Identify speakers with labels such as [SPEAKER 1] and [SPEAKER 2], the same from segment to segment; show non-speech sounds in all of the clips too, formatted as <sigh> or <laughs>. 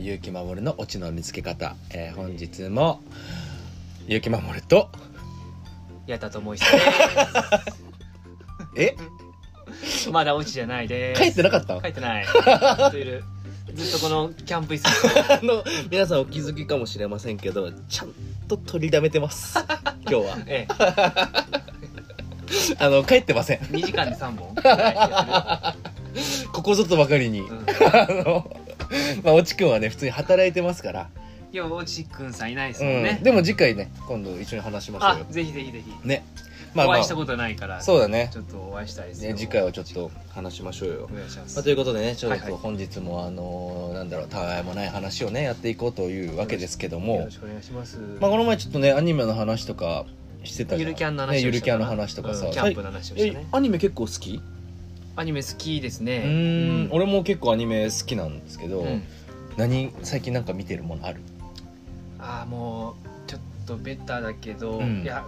[SPEAKER 1] ゆうきまもるのオチの見つけ方、えー本日もゆうきまもる
[SPEAKER 2] <laughs>
[SPEAKER 1] と
[SPEAKER 2] やったと思
[SPEAKER 1] <laughs>
[SPEAKER 2] いで
[SPEAKER 1] え
[SPEAKER 2] すまだオチじゃないです
[SPEAKER 1] 帰ってなかった
[SPEAKER 2] 帰ってないずっといるずっとこのキャンプ椅子に
[SPEAKER 1] あの皆さんお気づきかもしれませんけどちゃんと取りだめてます今
[SPEAKER 2] <laughs>
[SPEAKER 1] 日は
[SPEAKER 2] ええ
[SPEAKER 1] あの帰ってません
[SPEAKER 2] 2時間で3本ぐらいや
[SPEAKER 1] ここぞとばかりに、
[SPEAKER 2] ってる、うん、
[SPEAKER 1] あのまあおちくんはね普通に働いてますから、
[SPEAKER 2] いやオチくんさんいないです
[SPEAKER 1] う
[SPEAKER 2] もんね
[SPEAKER 1] ん、、でも次回ね今度一緒に話しましょう
[SPEAKER 2] あ
[SPEAKER 1] よ
[SPEAKER 2] ぜひぜひぜひ、
[SPEAKER 1] ねまあ
[SPEAKER 2] お
[SPEAKER 1] ま
[SPEAKER 2] 会いした
[SPEAKER 1] あ
[SPEAKER 2] ことないから
[SPEAKER 1] そうだね
[SPEAKER 2] ちょっとお会いしたいですよ、
[SPEAKER 1] ね次回はちょっと話しましょうよ
[SPEAKER 2] お願いします
[SPEAKER 1] まあ、ということでねちょっ
[SPEAKER 2] はいは
[SPEAKER 1] と
[SPEAKER 2] い
[SPEAKER 1] 本日もあのーなんだろうたわいもない話をねやっていこうというわけですけど
[SPEAKER 2] よ
[SPEAKER 1] も
[SPEAKER 2] ろ、しくお願いします、
[SPEAKER 1] まあ、この前ちょっとねアニメの話とかしてたじゃん
[SPEAKER 2] ゆるキャンの話を
[SPEAKER 1] ね
[SPEAKER 2] した
[SPEAKER 1] ゆるキャンの話とかさ、
[SPEAKER 2] うんキャンプの話をした
[SPEAKER 1] え
[SPEAKER 2] ね
[SPEAKER 1] アニメ結構好き
[SPEAKER 2] アニメ好きです
[SPEAKER 1] う
[SPEAKER 2] ね
[SPEAKER 1] ーん俺も結構アニメ好きなんですけど、
[SPEAKER 2] うん
[SPEAKER 1] 何最近なんか見てるも
[SPEAKER 2] <laughs>
[SPEAKER 1] のある
[SPEAKER 2] ああもうちょっとベタだけど、
[SPEAKER 1] うん
[SPEAKER 2] いや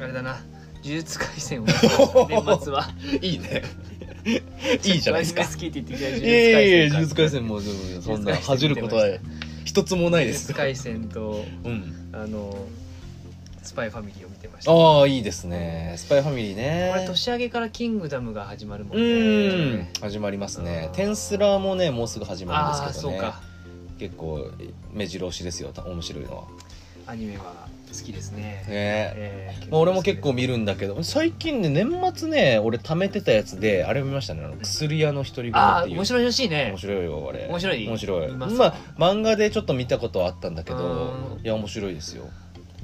[SPEAKER 2] あれだな呪術廻戦
[SPEAKER 1] <laughs>
[SPEAKER 2] を見ました年末は
[SPEAKER 1] いいね <laughs> いいじゃないですか
[SPEAKER 2] アニメ好きって言ってきた
[SPEAKER 1] いやいやいや
[SPEAKER 2] 呪
[SPEAKER 1] 呪
[SPEAKER 2] 術
[SPEAKER 1] 術廻戦
[SPEAKER 2] 廻戦か
[SPEAKER 1] もでもそん
[SPEAKER 2] 呪術廻
[SPEAKER 1] な
[SPEAKER 2] 戦
[SPEAKER 1] 恥じることは
[SPEAKER 2] 見て
[SPEAKER 1] 一つもないで
[SPEAKER 2] 呪
[SPEAKER 1] す
[SPEAKER 2] 術廻戦と
[SPEAKER 1] うん
[SPEAKER 2] あのスパイファミリーを見てましたこ
[SPEAKER 1] ああいいですねスパイファミリーね
[SPEAKER 2] れ年上げからキングダムが始まるもん
[SPEAKER 1] う
[SPEAKER 2] ね
[SPEAKER 1] ーん始まりますね
[SPEAKER 2] うん
[SPEAKER 1] テンスラーもねもうすぐ始まるん
[SPEAKER 2] ああ
[SPEAKER 1] ですけど
[SPEAKER 2] そう
[SPEAKER 1] ね
[SPEAKER 2] か
[SPEAKER 1] 結構目白押しですよた面白いのは
[SPEAKER 2] アニメは好きですね
[SPEAKER 1] ね
[SPEAKER 2] ええ
[SPEAKER 1] まあ俺も結構見るんだけど最近ね年末ね俺貯めてたやつであれ見ましたねあの薬屋の一人子
[SPEAKER 2] あ
[SPEAKER 1] っ
[SPEAKER 2] あ
[SPEAKER 1] ていう
[SPEAKER 2] 面白いらしいね
[SPEAKER 1] 面白いよあれ
[SPEAKER 2] 面白い
[SPEAKER 1] 面白い
[SPEAKER 2] 見
[SPEAKER 1] ま
[SPEAKER 2] ます
[SPEAKER 1] あ漫画でちょっと見たことはあったんだけど
[SPEAKER 2] うん
[SPEAKER 1] いや面白いですよ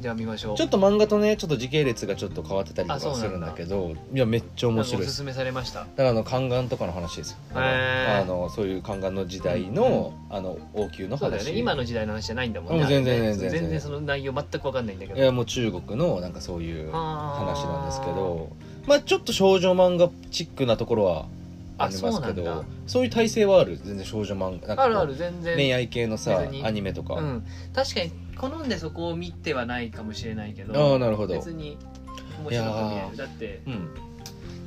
[SPEAKER 2] じゃあ見ましょう
[SPEAKER 1] ちょっと漫画とねちょっと時系列がちょっと変わってたりと
[SPEAKER 2] あそう
[SPEAKER 1] か
[SPEAKER 2] なん
[SPEAKER 1] す
[SPEAKER 2] だ
[SPEAKER 1] るんだけどいやめっちゃ面白いで
[SPEAKER 2] なんかお
[SPEAKER 1] すす
[SPEAKER 2] すめされました
[SPEAKER 1] だからあの宦官とかの話ですよあの,、
[SPEAKER 2] へー
[SPEAKER 1] あのそういう宦官の時代の,、あの王宮の話
[SPEAKER 2] そうだよね今の時代の話じゃないんだもんね
[SPEAKER 1] うん全然全然
[SPEAKER 2] 全然
[SPEAKER 1] 全然
[SPEAKER 2] その内容全く分かんないんだけ
[SPEAKER 1] い
[SPEAKER 2] ど
[SPEAKER 1] やもう中国のなんかそういう話
[SPEAKER 2] 話
[SPEAKER 1] なんですけどまあちょっと少女漫画チックなところはありますけど
[SPEAKER 2] あそうな
[SPEAKER 1] そ
[SPEAKER 2] ん
[SPEAKER 1] う
[SPEAKER 2] だ
[SPEAKER 1] いう体制はある全然少女漫画なんかこう
[SPEAKER 2] あるある全然
[SPEAKER 1] 恋愛系のさ
[SPEAKER 2] 別に
[SPEAKER 1] アニメとか、
[SPEAKER 2] うん、確かに好んでそこを見てはないかもしれないけ
[SPEAKER 1] ああ
[SPEAKER 2] ど
[SPEAKER 1] なるほど
[SPEAKER 2] 別に面白く見えるだって
[SPEAKER 1] うん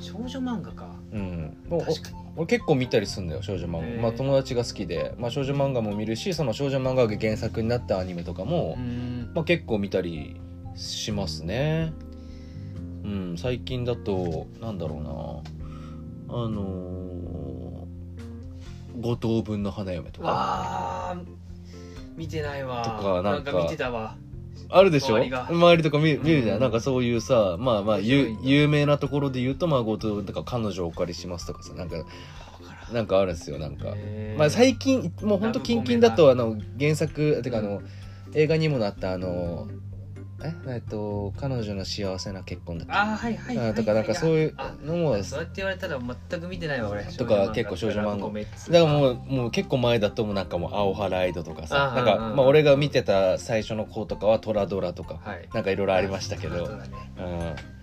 [SPEAKER 2] 少女漫画か
[SPEAKER 1] うんお
[SPEAKER 2] 確かに
[SPEAKER 1] 俺結構見たりするんだよ少女漫
[SPEAKER 2] へ
[SPEAKER 1] 画、
[SPEAKER 2] ー
[SPEAKER 1] まあ、友達が好きで、まあ、少女漫画も見るしその少女漫画が原作になったアニメとかも、
[SPEAKER 2] うーん
[SPEAKER 1] まあ、結構見たりしますねうん最近だとなんだろうなあのー、五等分の花嫁とか
[SPEAKER 2] わあ見てないわ
[SPEAKER 1] とかなんか
[SPEAKER 2] 見てたわ
[SPEAKER 1] あるでしょ
[SPEAKER 2] 周りが
[SPEAKER 1] 周りとか見る見るじゃん、
[SPEAKER 2] うん
[SPEAKER 1] なんかそういうさまあまあゆ
[SPEAKER 2] 面白いんだ
[SPEAKER 1] 有名なところで言うとまあ五等分とか彼女をお借りしますとかさなんかなんかあるんですよなんか、まあ、最近もうほんと近々だとあの原作てかあの映画にもなったあのええっと彼女の幸せな結婚だっけ
[SPEAKER 2] ああはいはいはい
[SPEAKER 1] あとかなんかそういう
[SPEAKER 2] あ
[SPEAKER 1] のも
[SPEAKER 2] そうやって言われたら全く見てないわ俺
[SPEAKER 1] とか結構少女漫画
[SPEAKER 2] ごめん
[SPEAKER 1] だからもうもう結構前だともうなんかもう「青原ライド」とかさ
[SPEAKER 2] あ
[SPEAKER 1] なん
[SPEAKER 2] うんうん
[SPEAKER 1] か
[SPEAKER 2] うん
[SPEAKER 1] まあ俺が見てた最初の子とかは「トラドラ」とか
[SPEAKER 2] はい
[SPEAKER 1] なんかいろいろありましたけど
[SPEAKER 2] そうだね
[SPEAKER 1] うん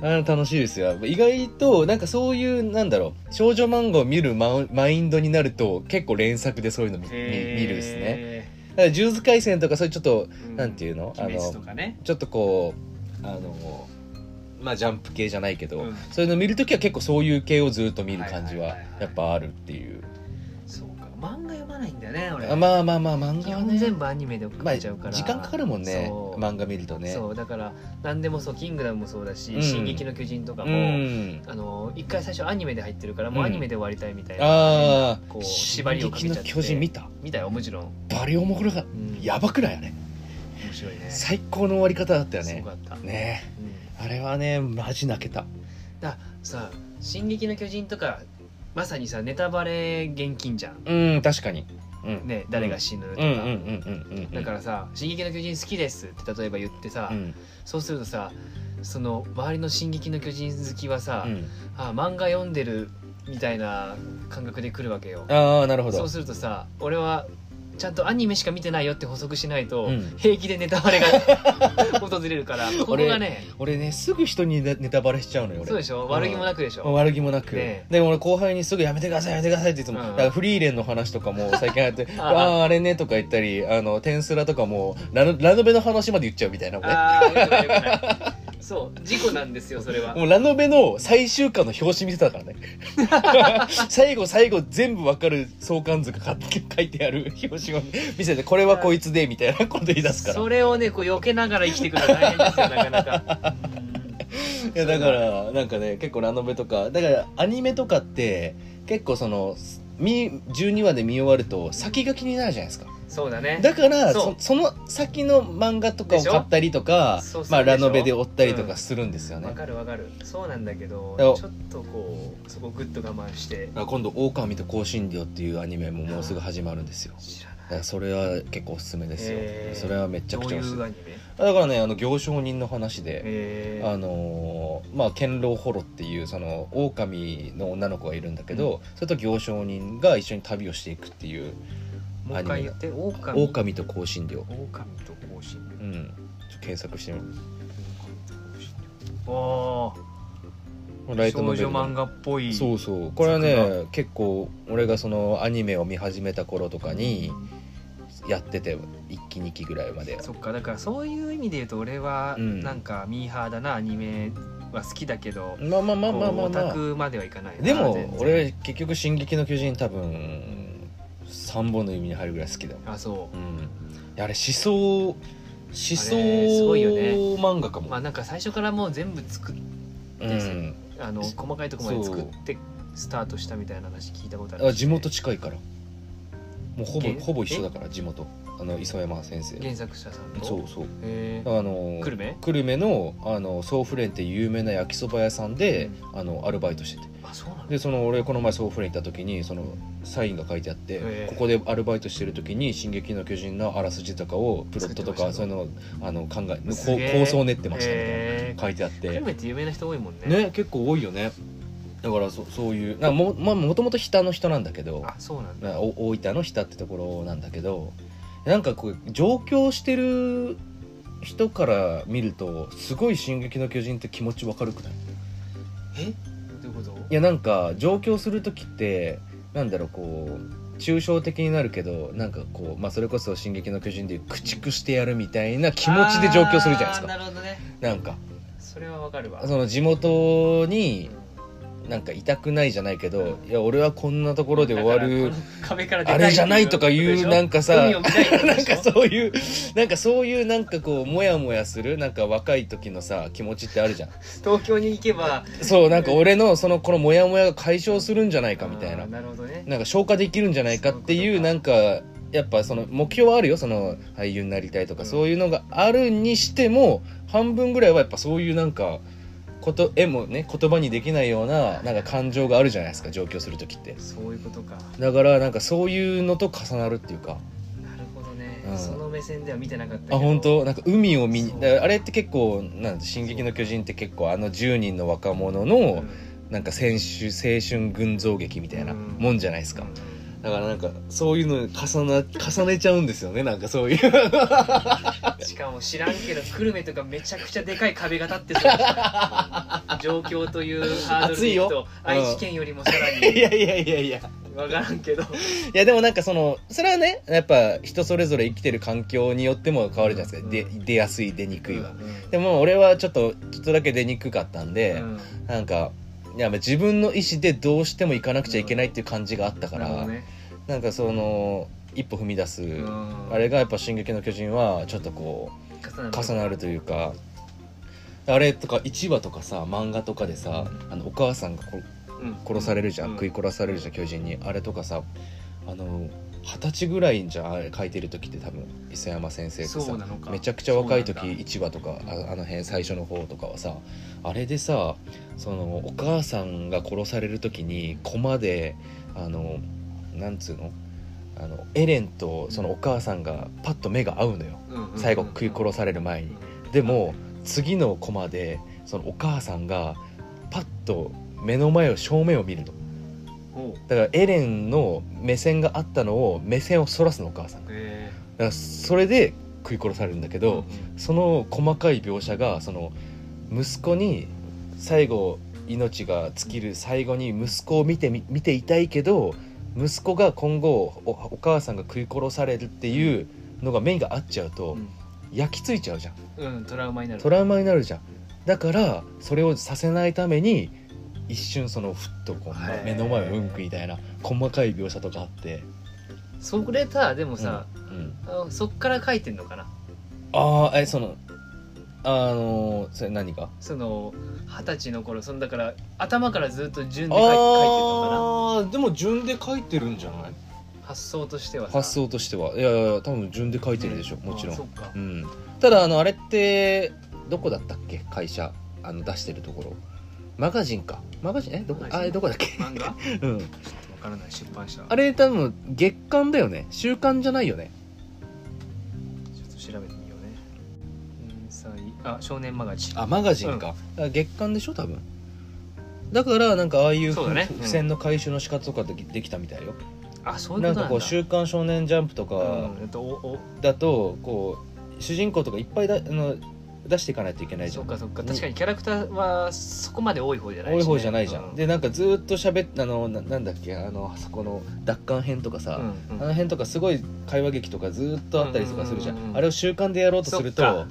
[SPEAKER 1] あの楽しいですよ意外となんかそういうなんだろう少女漫画を見るマウマインドになると結構連作でそういうの見見見るですね
[SPEAKER 2] へ
[SPEAKER 1] だから呪術廻戦とかそういうちょっと
[SPEAKER 2] ー。
[SPEAKER 1] なんていうのあの
[SPEAKER 2] 鬼滅とかね。
[SPEAKER 1] ちょっとこうあのまあジャンプ系じゃないけど、
[SPEAKER 2] うん
[SPEAKER 1] そういうの見るときは結構そういう系をずっと見る感じ
[SPEAKER 2] は
[SPEAKER 1] は
[SPEAKER 2] いはいはいはい
[SPEAKER 1] やっぱあるっていう、
[SPEAKER 2] そうか。漫画読まないんだよね、俺。
[SPEAKER 1] あまあまあまあ漫
[SPEAKER 2] 基
[SPEAKER 1] 画は
[SPEAKER 2] 本
[SPEAKER 1] ね
[SPEAKER 2] 全部アニメで送
[SPEAKER 1] まあ
[SPEAKER 2] っち
[SPEAKER 1] 時
[SPEAKER 2] ゃうから。
[SPEAKER 1] 間かかるもんね
[SPEAKER 2] そう
[SPEAKER 1] 漫画見るとね
[SPEAKER 2] そうだから何でもそうキングダムもそうだし、
[SPEAKER 1] うん
[SPEAKER 2] 進撃の巨人とか
[SPEAKER 1] う
[SPEAKER 2] も、
[SPEAKER 1] ん
[SPEAKER 2] あの一回最初アニメで入ってるからもうアニメで終わりたいみたいな、
[SPEAKER 1] ああ
[SPEAKER 2] こう縛りをかけちゃって
[SPEAKER 1] 巨人見た
[SPEAKER 2] みたいよもちろん、
[SPEAKER 1] バリおもこれが
[SPEAKER 2] うん
[SPEAKER 1] やばくないあれ
[SPEAKER 2] 面白いね
[SPEAKER 1] 最高の終わり方だったよ
[SPEAKER 2] す
[SPEAKER 1] ね
[SPEAKER 2] ごかった、
[SPEAKER 1] ね
[SPEAKER 2] うん
[SPEAKER 1] あれはねマジ泣けた
[SPEAKER 2] ださ「進撃の巨人」とかまさにさネタバレ厳禁じゃん
[SPEAKER 1] うん確かにうん
[SPEAKER 2] ね誰が死ぬと
[SPEAKER 1] う
[SPEAKER 2] か、
[SPEAKER 1] んうんうんうんうん
[SPEAKER 2] だからさ「進撃の巨人好きです」って例えば言ってさ、
[SPEAKER 1] うん
[SPEAKER 2] そうするとさその周りの「進撃の巨人」好きはさ、
[SPEAKER 1] うん
[SPEAKER 2] あ漫画読んでるみたいな感覚で来るわけよ
[SPEAKER 1] ああなるほど
[SPEAKER 2] そうするとさ俺はちゃんとアニメしか見てないよって補足しないと、
[SPEAKER 1] うん
[SPEAKER 2] 平気でネタバレが <laughs> 訪れるからここがね
[SPEAKER 1] 俺ねすぐ人にネネタバレしちゃうのよ俺
[SPEAKER 2] そうでしょ
[SPEAKER 1] ん
[SPEAKER 2] 悪気もなくでし
[SPEAKER 1] もう
[SPEAKER 2] ょ、
[SPEAKER 1] 悪気もなく、
[SPEAKER 2] ね
[SPEAKER 1] で俺後輩にすぐやめてくださいやめてくださいっていつも、
[SPEAKER 2] うん
[SPEAKER 1] だからフリーレンの話とかも最近やって
[SPEAKER 2] <laughs> あ
[SPEAKER 1] ああーあれねとか言ったりあのテンスラとかもラノラノベの話まで言っちゃうみたいな俺
[SPEAKER 2] ああよくないよくないそう事故なんですよそれは
[SPEAKER 1] もうラノベの最終巻の表紙見てたからね
[SPEAKER 2] <laughs>
[SPEAKER 1] 最後最後全部わかる相関図が書いてある表紙を見せてこれはこいつでみたいなこと言い出すから
[SPEAKER 2] それをねこう避けながら生きていくのは大変で
[SPEAKER 1] <laughs>
[SPEAKER 2] すよなかなか
[SPEAKER 1] いやだからなんかね結構ラノベとかだからアニメとかって結構そのみ12話で見終わると先が気になるじゃないですか
[SPEAKER 2] そうだね
[SPEAKER 1] だから
[SPEAKER 2] そう
[SPEAKER 1] そその先の漫画とかを買ったりとか
[SPEAKER 2] でしょそうそう
[SPEAKER 1] まあ、
[SPEAKER 2] でしょ
[SPEAKER 1] ラノベで追ったりとかするんですよね、
[SPEAKER 2] わかるわかるそうなんだけど
[SPEAKER 1] いや
[SPEAKER 2] ちょっとこうそこグッと我慢して
[SPEAKER 1] だから今度「狼と香辛料」っていうアニメももうすぐ始まるんですよ
[SPEAKER 2] 知ら
[SPEAKER 1] だか
[SPEAKER 2] ない
[SPEAKER 1] らそれは結構おすすめですよ
[SPEAKER 2] へー
[SPEAKER 1] それはめちゃ
[SPEAKER 2] ど
[SPEAKER 1] く
[SPEAKER 2] う
[SPEAKER 1] ちゃ
[SPEAKER 2] い
[SPEAKER 1] おすす
[SPEAKER 2] う
[SPEAKER 1] め
[SPEAKER 2] アニメ
[SPEAKER 1] だからねあの行商人の話で、
[SPEAKER 2] え
[SPEAKER 1] あのーまあ堅牢ホロっていうその狼の女の子がいるんだけど、それと行商人が一緒に旅をしていくっていう
[SPEAKER 2] もう一回言ってオ
[SPEAKER 1] 「
[SPEAKER 2] オカミ
[SPEAKER 1] 狼と香辛料」
[SPEAKER 2] と更新
[SPEAKER 1] う
[SPEAKER 2] 料
[SPEAKER 1] んちょっと検索してみる
[SPEAKER 2] おー
[SPEAKER 1] ライトノ
[SPEAKER 2] 少
[SPEAKER 1] ベ
[SPEAKER 2] 女
[SPEAKER 1] ル
[SPEAKER 2] 漫画っぽい
[SPEAKER 1] そうそうこれはね結構俺がそのアニメを見始めた頃とかにやってて一期二期ぐらいまで
[SPEAKER 2] そっかだからそういう意味で言うと俺は
[SPEAKER 1] うん
[SPEAKER 2] なんかミーハーだなアニメは好きだけど
[SPEAKER 1] まあまあまあまあまあ
[SPEAKER 2] オタ
[SPEAKER 1] まあ
[SPEAKER 2] クまではいかないな
[SPEAKER 1] で
[SPEAKER 2] 全
[SPEAKER 1] も
[SPEAKER 2] 然
[SPEAKER 1] 俺結局「進撃の巨人」多分3本の指に入るぐらい好きだよ、
[SPEAKER 2] あそう
[SPEAKER 1] うん、いやあれ思想思想
[SPEAKER 2] すごいよね
[SPEAKER 1] 漫画かも、
[SPEAKER 2] まあなんか最初からもう全部作っ
[SPEAKER 1] うん、
[SPEAKER 2] あの
[SPEAKER 1] す
[SPEAKER 2] 細かいとこまで作ってスタートしたみたいな話聞いたことある
[SPEAKER 1] あ地元近いからもうほぼ
[SPEAKER 2] げ
[SPEAKER 1] ほぼ一緒だから地元あの磯山先生
[SPEAKER 2] 原作者さんと
[SPEAKER 1] そうそう
[SPEAKER 2] へ
[SPEAKER 1] あの
[SPEAKER 2] ー久留米
[SPEAKER 1] 久留米のあのソーフレンっていう有名な焼きそば屋さんで、あのアルバイトしてて
[SPEAKER 2] あそうなの
[SPEAKER 1] でその俺この前ソーフレン行った時にそのサインが書いてあって、
[SPEAKER 2] え
[SPEAKER 1] ここでアルバイトしてる時に「進撃の巨人」のあらすじとかをプロットとかそ
[SPEAKER 2] 作
[SPEAKER 1] ういう
[SPEAKER 2] って
[SPEAKER 1] のをあの考え
[SPEAKER 2] すげえ
[SPEAKER 1] 構構想練ってましたみたいな
[SPEAKER 2] へー
[SPEAKER 1] 書いてあっ
[SPEAKER 2] 久
[SPEAKER 1] て
[SPEAKER 2] 留米って有名な人多いもんね
[SPEAKER 1] ね結構多いよねだからそそういうなんかも,、まあ、もともと日田の人なんだけど
[SPEAKER 2] あそうなんだ
[SPEAKER 1] まあお大分の日田ってところなんだけどなんかこう上京してる人から見るとすごい「進撃の巨人」って気持ちわかるくない
[SPEAKER 2] えどういうこと
[SPEAKER 1] いやなんか上京する時ってなんだろうこう抽象的になるけどなんかこう、まあ、それこそ「進撃の巨人」でいう駆逐してやるみたいな気持ちで上京するじゃないですか
[SPEAKER 2] あーなるほどね
[SPEAKER 1] なんか
[SPEAKER 2] それはわかるわ
[SPEAKER 1] その地元になんかいたくないじゃないけどいや俺はこんなところで終わる
[SPEAKER 2] だからこの壁から出たい
[SPEAKER 1] あれじゃないとか
[SPEAKER 2] って
[SPEAKER 1] い
[SPEAKER 2] こ
[SPEAKER 1] う
[SPEAKER 2] でしょ
[SPEAKER 1] なんかさ
[SPEAKER 2] 海を見たいってこ
[SPEAKER 1] <laughs>
[SPEAKER 2] と
[SPEAKER 1] なん
[SPEAKER 2] でしょ
[SPEAKER 1] かそういうなんかそういうなんかこうモヤモヤするなんか若い時のさ気持ちってあるじゃん
[SPEAKER 2] 東京に行けば
[SPEAKER 1] そうなんか俺のそのこのモヤモヤが解消するんじゃないかみたい
[SPEAKER 2] あ
[SPEAKER 1] な
[SPEAKER 2] ーなるほどね
[SPEAKER 1] なんか消化できるんじゃないかっていうなんかやっぱその目標はあるよその俳優になりたいとか
[SPEAKER 2] うん
[SPEAKER 1] そういうのがあるにしても半分ぐらいはやっぱそういうなんかこと絵もね言葉にできないようななんか感情があるじゃないですか上京する時って
[SPEAKER 2] そういうことか
[SPEAKER 1] だからなんかそういうのと重なるっていうか
[SPEAKER 2] なるほどね、
[SPEAKER 1] うん
[SPEAKER 2] その目線では見てなかったけど
[SPEAKER 1] あ本当なんか海を見に
[SPEAKER 2] そう
[SPEAKER 1] だからあれって結構なん「進撃の巨人」って結構あの10人の若者
[SPEAKER 2] うん
[SPEAKER 1] のなんか選手青春群像劇みたいな
[SPEAKER 2] うん
[SPEAKER 1] もんじゃないですか、だからなんかそういうの重な重ねちゃうんですよねなんか <laughs> そういう
[SPEAKER 2] しかも知らんけど久留米とかめちゃくちゃでかい壁が立って
[SPEAKER 1] <laughs>
[SPEAKER 2] そう状況というハードルでいく
[SPEAKER 1] 熱い
[SPEAKER 2] と愛知県よりもさら
[SPEAKER 1] い
[SPEAKER 2] に
[SPEAKER 1] やいやいやいや
[SPEAKER 2] 分からんけ
[SPEAKER 1] <laughs>
[SPEAKER 2] ど
[SPEAKER 1] いやでもなんかそのそれはねやっぱ人それぞれ生きてる環境によっても変わるじゃないですか、で出やすい出にくいは、
[SPEAKER 2] うん
[SPEAKER 1] でも俺はちょっとちょっとだけ出にくかったんで、
[SPEAKER 2] うん
[SPEAKER 1] なんかいやまあ自分の意思でどうしても行かなくちゃいけないっていう感じがあったか
[SPEAKER 2] なるほ
[SPEAKER 1] ら、
[SPEAKER 2] どね
[SPEAKER 1] なんかその一歩踏み出す、
[SPEAKER 2] うん
[SPEAKER 1] あれがやっぱ「進撃の巨人」はちょっとこう
[SPEAKER 2] 重なる
[SPEAKER 1] 重なるというかあれとか1話とかさ漫画とかでさあのお母さんがこ
[SPEAKER 2] うん
[SPEAKER 1] 殺されるじゃん、
[SPEAKER 2] うん
[SPEAKER 1] 食い殺されるじゃん巨人にあれとかさあの二十歳ぐらいじゃんあれ書いてる時って多分磯山先生ってさ
[SPEAKER 2] そうなのか
[SPEAKER 1] めちゃくちゃ若い時
[SPEAKER 2] そうなんだ
[SPEAKER 1] 市場とかああの辺最初の方とかはさあれでさそのお母さんが殺される時に駒であのなんつうのあのエレンとそのお母さんがパッと目が合うのよ
[SPEAKER 2] うんうんうん
[SPEAKER 1] 最後食い殺される前に
[SPEAKER 2] う
[SPEAKER 1] でも次の駒でそのお母さんがパッと目の前を正面を見るの
[SPEAKER 2] んおう
[SPEAKER 1] だからエレンの目線があったのを目線をそらすのお母さんがだ
[SPEAKER 2] え
[SPEAKER 1] からそれで食い殺されるんだけ
[SPEAKER 2] ー
[SPEAKER 1] ど、その細かい描写がその息子に最後命が尽きる最後に息子を見てみ見ていたいけど息子が今後おお母さんが食い殺されるっていうのが目が合っちゃうと
[SPEAKER 2] うん
[SPEAKER 1] 焼き付いちゃうじゃん
[SPEAKER 2] うんうんトラウマになる
[SPEAKER 1] トラウマになるじゃんだからそれをさせないために一瞬そのふっとこうま
[SPEAKER 2] へー
[SPEAKER 1] 目の前をうんくみたいな細かい描写とかあって、
[SPEAKER 2] それさでもさ、
[SPEAKER 1] うん、
[SPEAKER 2] あのそっから書いてんのかな
[SPEAKER 1] ああえそのあのそれ何か
[SPEAKER 2] その二十歳の頃そのだから頭からずっと順で書い書いてるの
[SPEAKER 1] あーでも順で書いてるんじゃない
[SPEAKER 2] かな発想としてはさ
[SPEAKER 1] 発想としてはいやいや多分順で書いてるでしょ、
[SPEAKER 2] ね
[SPEAKER 1] もちろ
[SPEAKER 2] あそ
[SPEAKER 1] ん、
[SPEAKER 2] っか
[SPEAKER 1] うん、ただあのあれってどこだったっけ会社あの出してるところマガジンかマガジンえどこ
[SPEAKER 2] マガジン
[SPEAKER 1] あれどこだっけ、 <laughs>
[SPEAKER 2] 漫画わ
[SPEAKER 1] うん、
[SPEAKER 2] からない出版社
[SPEAKER 1] あれ多分月刊だよね週刊じゃないよね
[SPEAKER 2] ちょっと調べてみようね天才あ少年マガジン
[SPEAKER 1] あマガジンか、月刊でしょ多分だからなんかああいう
[SPEAKER 2] そうだね
[SPEAKER 1] 付箋の回収の仕方とかできできたみたいよ、
[SPEAKER 2] あそういう
[SPEAKER 1] な
[SPEAKER 2] ことなん
[SPEAKER 1] か
[SPEAKER 2] んだ
[SPEAKER 1] こう「週刊少年ジャンプ」とか
[SPEAKER 2] うんえっとおお
[SPEAKER 1] だとこう主人公とかいっぱいだあの出していかないといけないじ
[SPEAKER 2] そ
[SPEAKER 1] ゃ
[SPEAKER 2] っ
[SPEAKER 1] ん
[SPEAKER 2] かそっか確かにキャラクターはそこまで多い方じゃないし
[SPEAKER 1] 多
[SPEAKER 2] ね
[SPEAKER 1] い方じゃないじゃん、
[SPEAKER 2] う
[SPEAKER 1] でなんかずーっと喋ってあのななんだっけあのあそこの奪還編とか
[SPEAKER 2] う
[SPEAKER 1] さ、
[SPEAKER 2] ん
[SPEAKER 1] あの辺とかすごい会話劇とかずーっとあったりとかするじゃん,、
[SPEAKER 2] うんうんうん
[SPEAKER 1] あれを習慣でやろうとする
[SPEAKER 2] そっ
[SPEAKER 1] と
[SPEAKER 2] か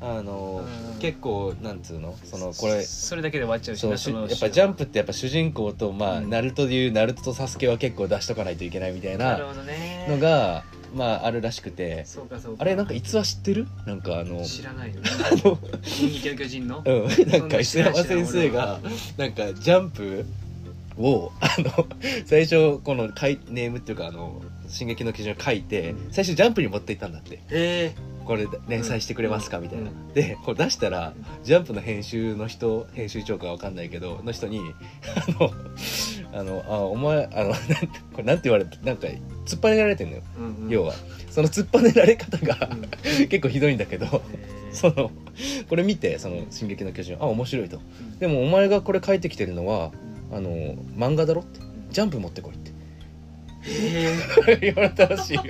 [SPEAKER 1] あの
[SPEAKER 2] うん
[SPEAKER 1] 結構なんつうのそのこれ
[SPEAKER 2] そそれだけで終わっちゃうし
[SPEAKER 1] そう
[SPEAKER 2] な
[SPEAKER 1] し
[SPEAKER 2] その
[SPEAKER 1] やっぱジャンプってやっぱ主人公とまあ、
[SPEAKER 2] うん
[SPEAKER 1] ナルトでいうナルトとサスケは結構出しとかないといけないみたい
[SPEAKER 2] なる
[SPEAKER 1] な
[SPEAKER 2] ほどね
[SPEAKER 1] のが、まああるらしくて
[SPEAKER 2] そうかそうか
[SPEAKER 1] あれなんか逸話知ってるなんかあの
[SPEAKER 2] 知らないよ
[SPEAKER 1] あの
[SPEAKER 2] 人気の巨人の
[SPEAKER 1] <laughs> うん、なんん
[SPEAKER 2] な
[SPEAKER 1] か
[SPEAKER 2] 知
[SPEAKER 1] 石
[SPEAKER 2] らん
[SPEAKER 1] 山先生がなんかジャンプをあの <laughs> 最初このかいネームっていうかあの「進撃の基準」を書いて
[SPEAKER 2] うん
[SPEAKER 1] 最初ジャンプに持っていったんだって
[SPEAKER 2] ええ
[SPEAKER 1] これ連載してくれますかみたいな
[SPEAKER 2] う
[SPEAKER 1] でこれ出したらジャンプの編集の人編集長かわかんないけどの人に「あのあのあお前あのなんてこれなんて言われてなんか突っ張ねられてんのよ
[SPEAKER 2] うんうん
[SPEAKER 1] 要はその突っ張ねられ方が
[SPEAKER 2] う
[SPEAKER 1] <laughs>
[SPEAKER 2] ん
[SPEAKER 1] 結構ひどいんだけど
[SPEAKER 2] ええ
[SPEAKER 1] そのこれ見て「その進撃の巨人」あ面白いと。でもお前がこれ書いてきてるのはあの漫画だろってジャンプ持ってこいっ
[SPEAKER 2] え
[SPEAKER 1] て <laughs> 言われたらしいよ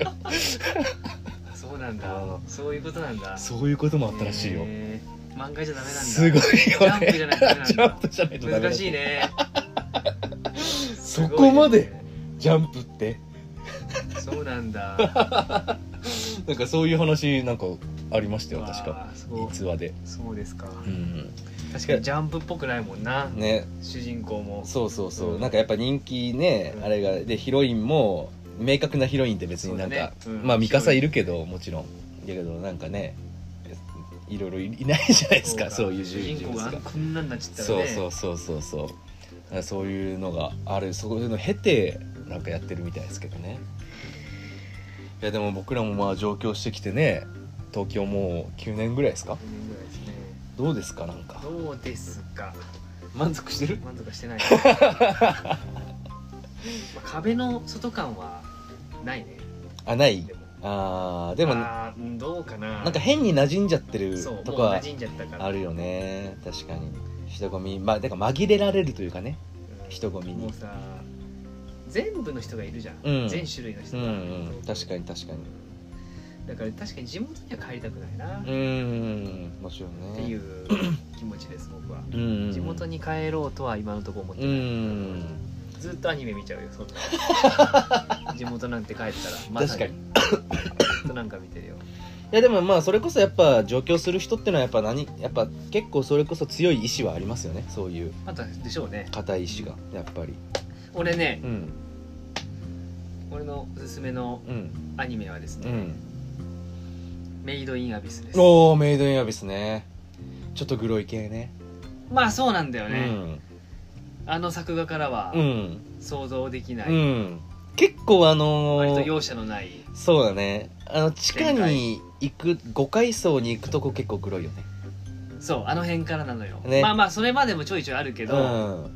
[SPEAKER 2] えそうなんだ
[SPEAKER 1] あ
[SPEAKER 2] そういうことなんだ
[SPEAKER 1] そういうこともあったらしいよ、
[SPEAKER 2] ええ漫画じゃダメなんだ
[SPEAKER 1] すごいよね
[SPEAKER 2] ジャンプじゃないとダメなんだ
[SPEAKER 1] ジャンプじゃないとダメ
[SPEAKER 2] 難
[SPEAKER 1] だ
[SPEAKER 2] しいね
[SPEAKER 1] <laughs> そこまでジャンプって
[SPEAKER 2] すごいねそうな
[SPEAKER 1] <laughs>
[SPEAKER 2] んだ
[SPEAKER 1] なんかそういう話なんかありましたよ確か
[SPEAKER 2] わあそう
[SPEAKER 1] 逸話で
[SPEAKER 2] そうですか
[SPEAKER 1] うん
[SPEAKER 2] 確かにジャンプっぽくないもんな
[SPEAKER 1] ね
[SPEAKER 2] 主人公も
[SPEAKER 1] そうそうそう、
[SPEAKER 2] うん
[SPEAKER 1] なんかやっぱ人気ね、
[SPEAKER 2] うん
[SPEAKER 1] あれがでヒロインも明確なヒロインって別になんか、
[SPEAKER 2] そうだねうん
[SPEAKER 1] まあミカサいるけどもちろんだけどなんかねいろいろいいないじゃないですかそういう
[SPEAKER 2] 主人公が
[SPEAKER 1] 物
[SPEAKER 2] こんなんなっちゃったら
[SPEAKER 1] そう
[SPEAKER 2] ね
[SPEAKER 1] そうそうそうそうだからそういうのがあるそういうのを経てなんかやってるみたいですけどねいやでも僕らもまあ上京してきてね東京もう9年ぐらいですか
[SPEAKER 2] 五年ぐらいですね
[SPEAKER 1] どうですかなんか
[SPEAKER 2] どうですか
[SPEAKER 1] 満足してる
[SPEAKER 2] 満
[SPEAKER 1] <laughs>
[SPEAKER 2] 足してないまあ壁の外感はないね
[SPEAKER 1] あない
[SPEAKER 2] でも
[SPEAKER 1] あーでもな
[SPEAKER 2] あーうんどうかなん
[SPEAKER 1] か変に馴染んじゃってる
[SPEAKER 2] そう
[SPEAKER 1] と
[SPEAKER 2] もう
[SPEAKER 1] かは
[SPEAKER 2] 馴染んじゃったから
[SPEAKER 1] あるよね確かに人混みまあだから紛れられるというかね
[SPEAKER 2] うん
[SPEAKER 1] 人混みに
[SPEAKER 2] もうさ全部の人がいるじゃん、
[SPEAKER 1] うん
[SPEAKER 2] 全種類の人
[SPEAKER 1] うんう
[SPEAKER 2] が、
[SPEAKER 1] ん確かに確かに
[SPEAKER 2] だから確かに地元には帰りたくないな、
[SPEAKER 1] う
[SPEAKER 2] っ
[SPEAKER 1] んもちろんね
[SPEAKER 2] ていう気持ちです僕は、
[SPEAKER 1] うん
[SPEAKER 2] 地元に帰ろうとは今のところ思って
[SPEAKER 1] う
[SPEAKER 2] ない、
[SPEAKER 1] ん
[SPEAKER 2] ずっとアニメ見ちゃうよそん
[SPEAKER 1] <laughs>
[SPEAKER 2] な地元なんて帰ったらまさにずっとなんか見てるよ
[SPEAKER 1] いやでもまあそれこそやっぱ上京する人ってのはやっぱ何やっぱ結構それこそ強い意志はありますよねそういう
[SPEAKER 2] またでしょうね
[SPEAKER 1] 固い意志がやっぱり
[SPEAKER 2] 俺ね
[SPEAKER 1] うん
[SPEAKER 2] 俺のおすすめの
[SPEAKER 1] うん
[SPEAKER 2] アニメはです
[SPEAKER 1] う
[SPEAKER 2] ね、
[SPEAKER 1] ん
[SPEAKER 2] メイドインアビスです
[SPEAKER 1] おおメイドインアビスねちょっとグロい系ね
[SPEAKER 2] まあそうなんだよね、あの作画からは
[SPEAKER 1] うんうん、
[SPEAKER 2] 想像できない、
[SPEAKER 1] うん、結構あ
[SPEAKER 2] 割
[SPEAKER 1] の
[SPEAKER 2] と
[SPEAKER 1] ー
[SPEAKER 2] 容赦のない
[SPEAKER 1] そうだねあの地下
[SPEAKER 2] 展
[SPEAKER 1] に行く5階層に行くとこ結構グロいよね
[SPEAKER 2] そうあの辺からなのよ、
[SPEAKER 1] ね
[SPEAKER 2] まあまあそれまでもちょいちょいあるけ
[SPEAKER 1] う
[SPEAKER 2] ど、
[SPEAKER 1] ん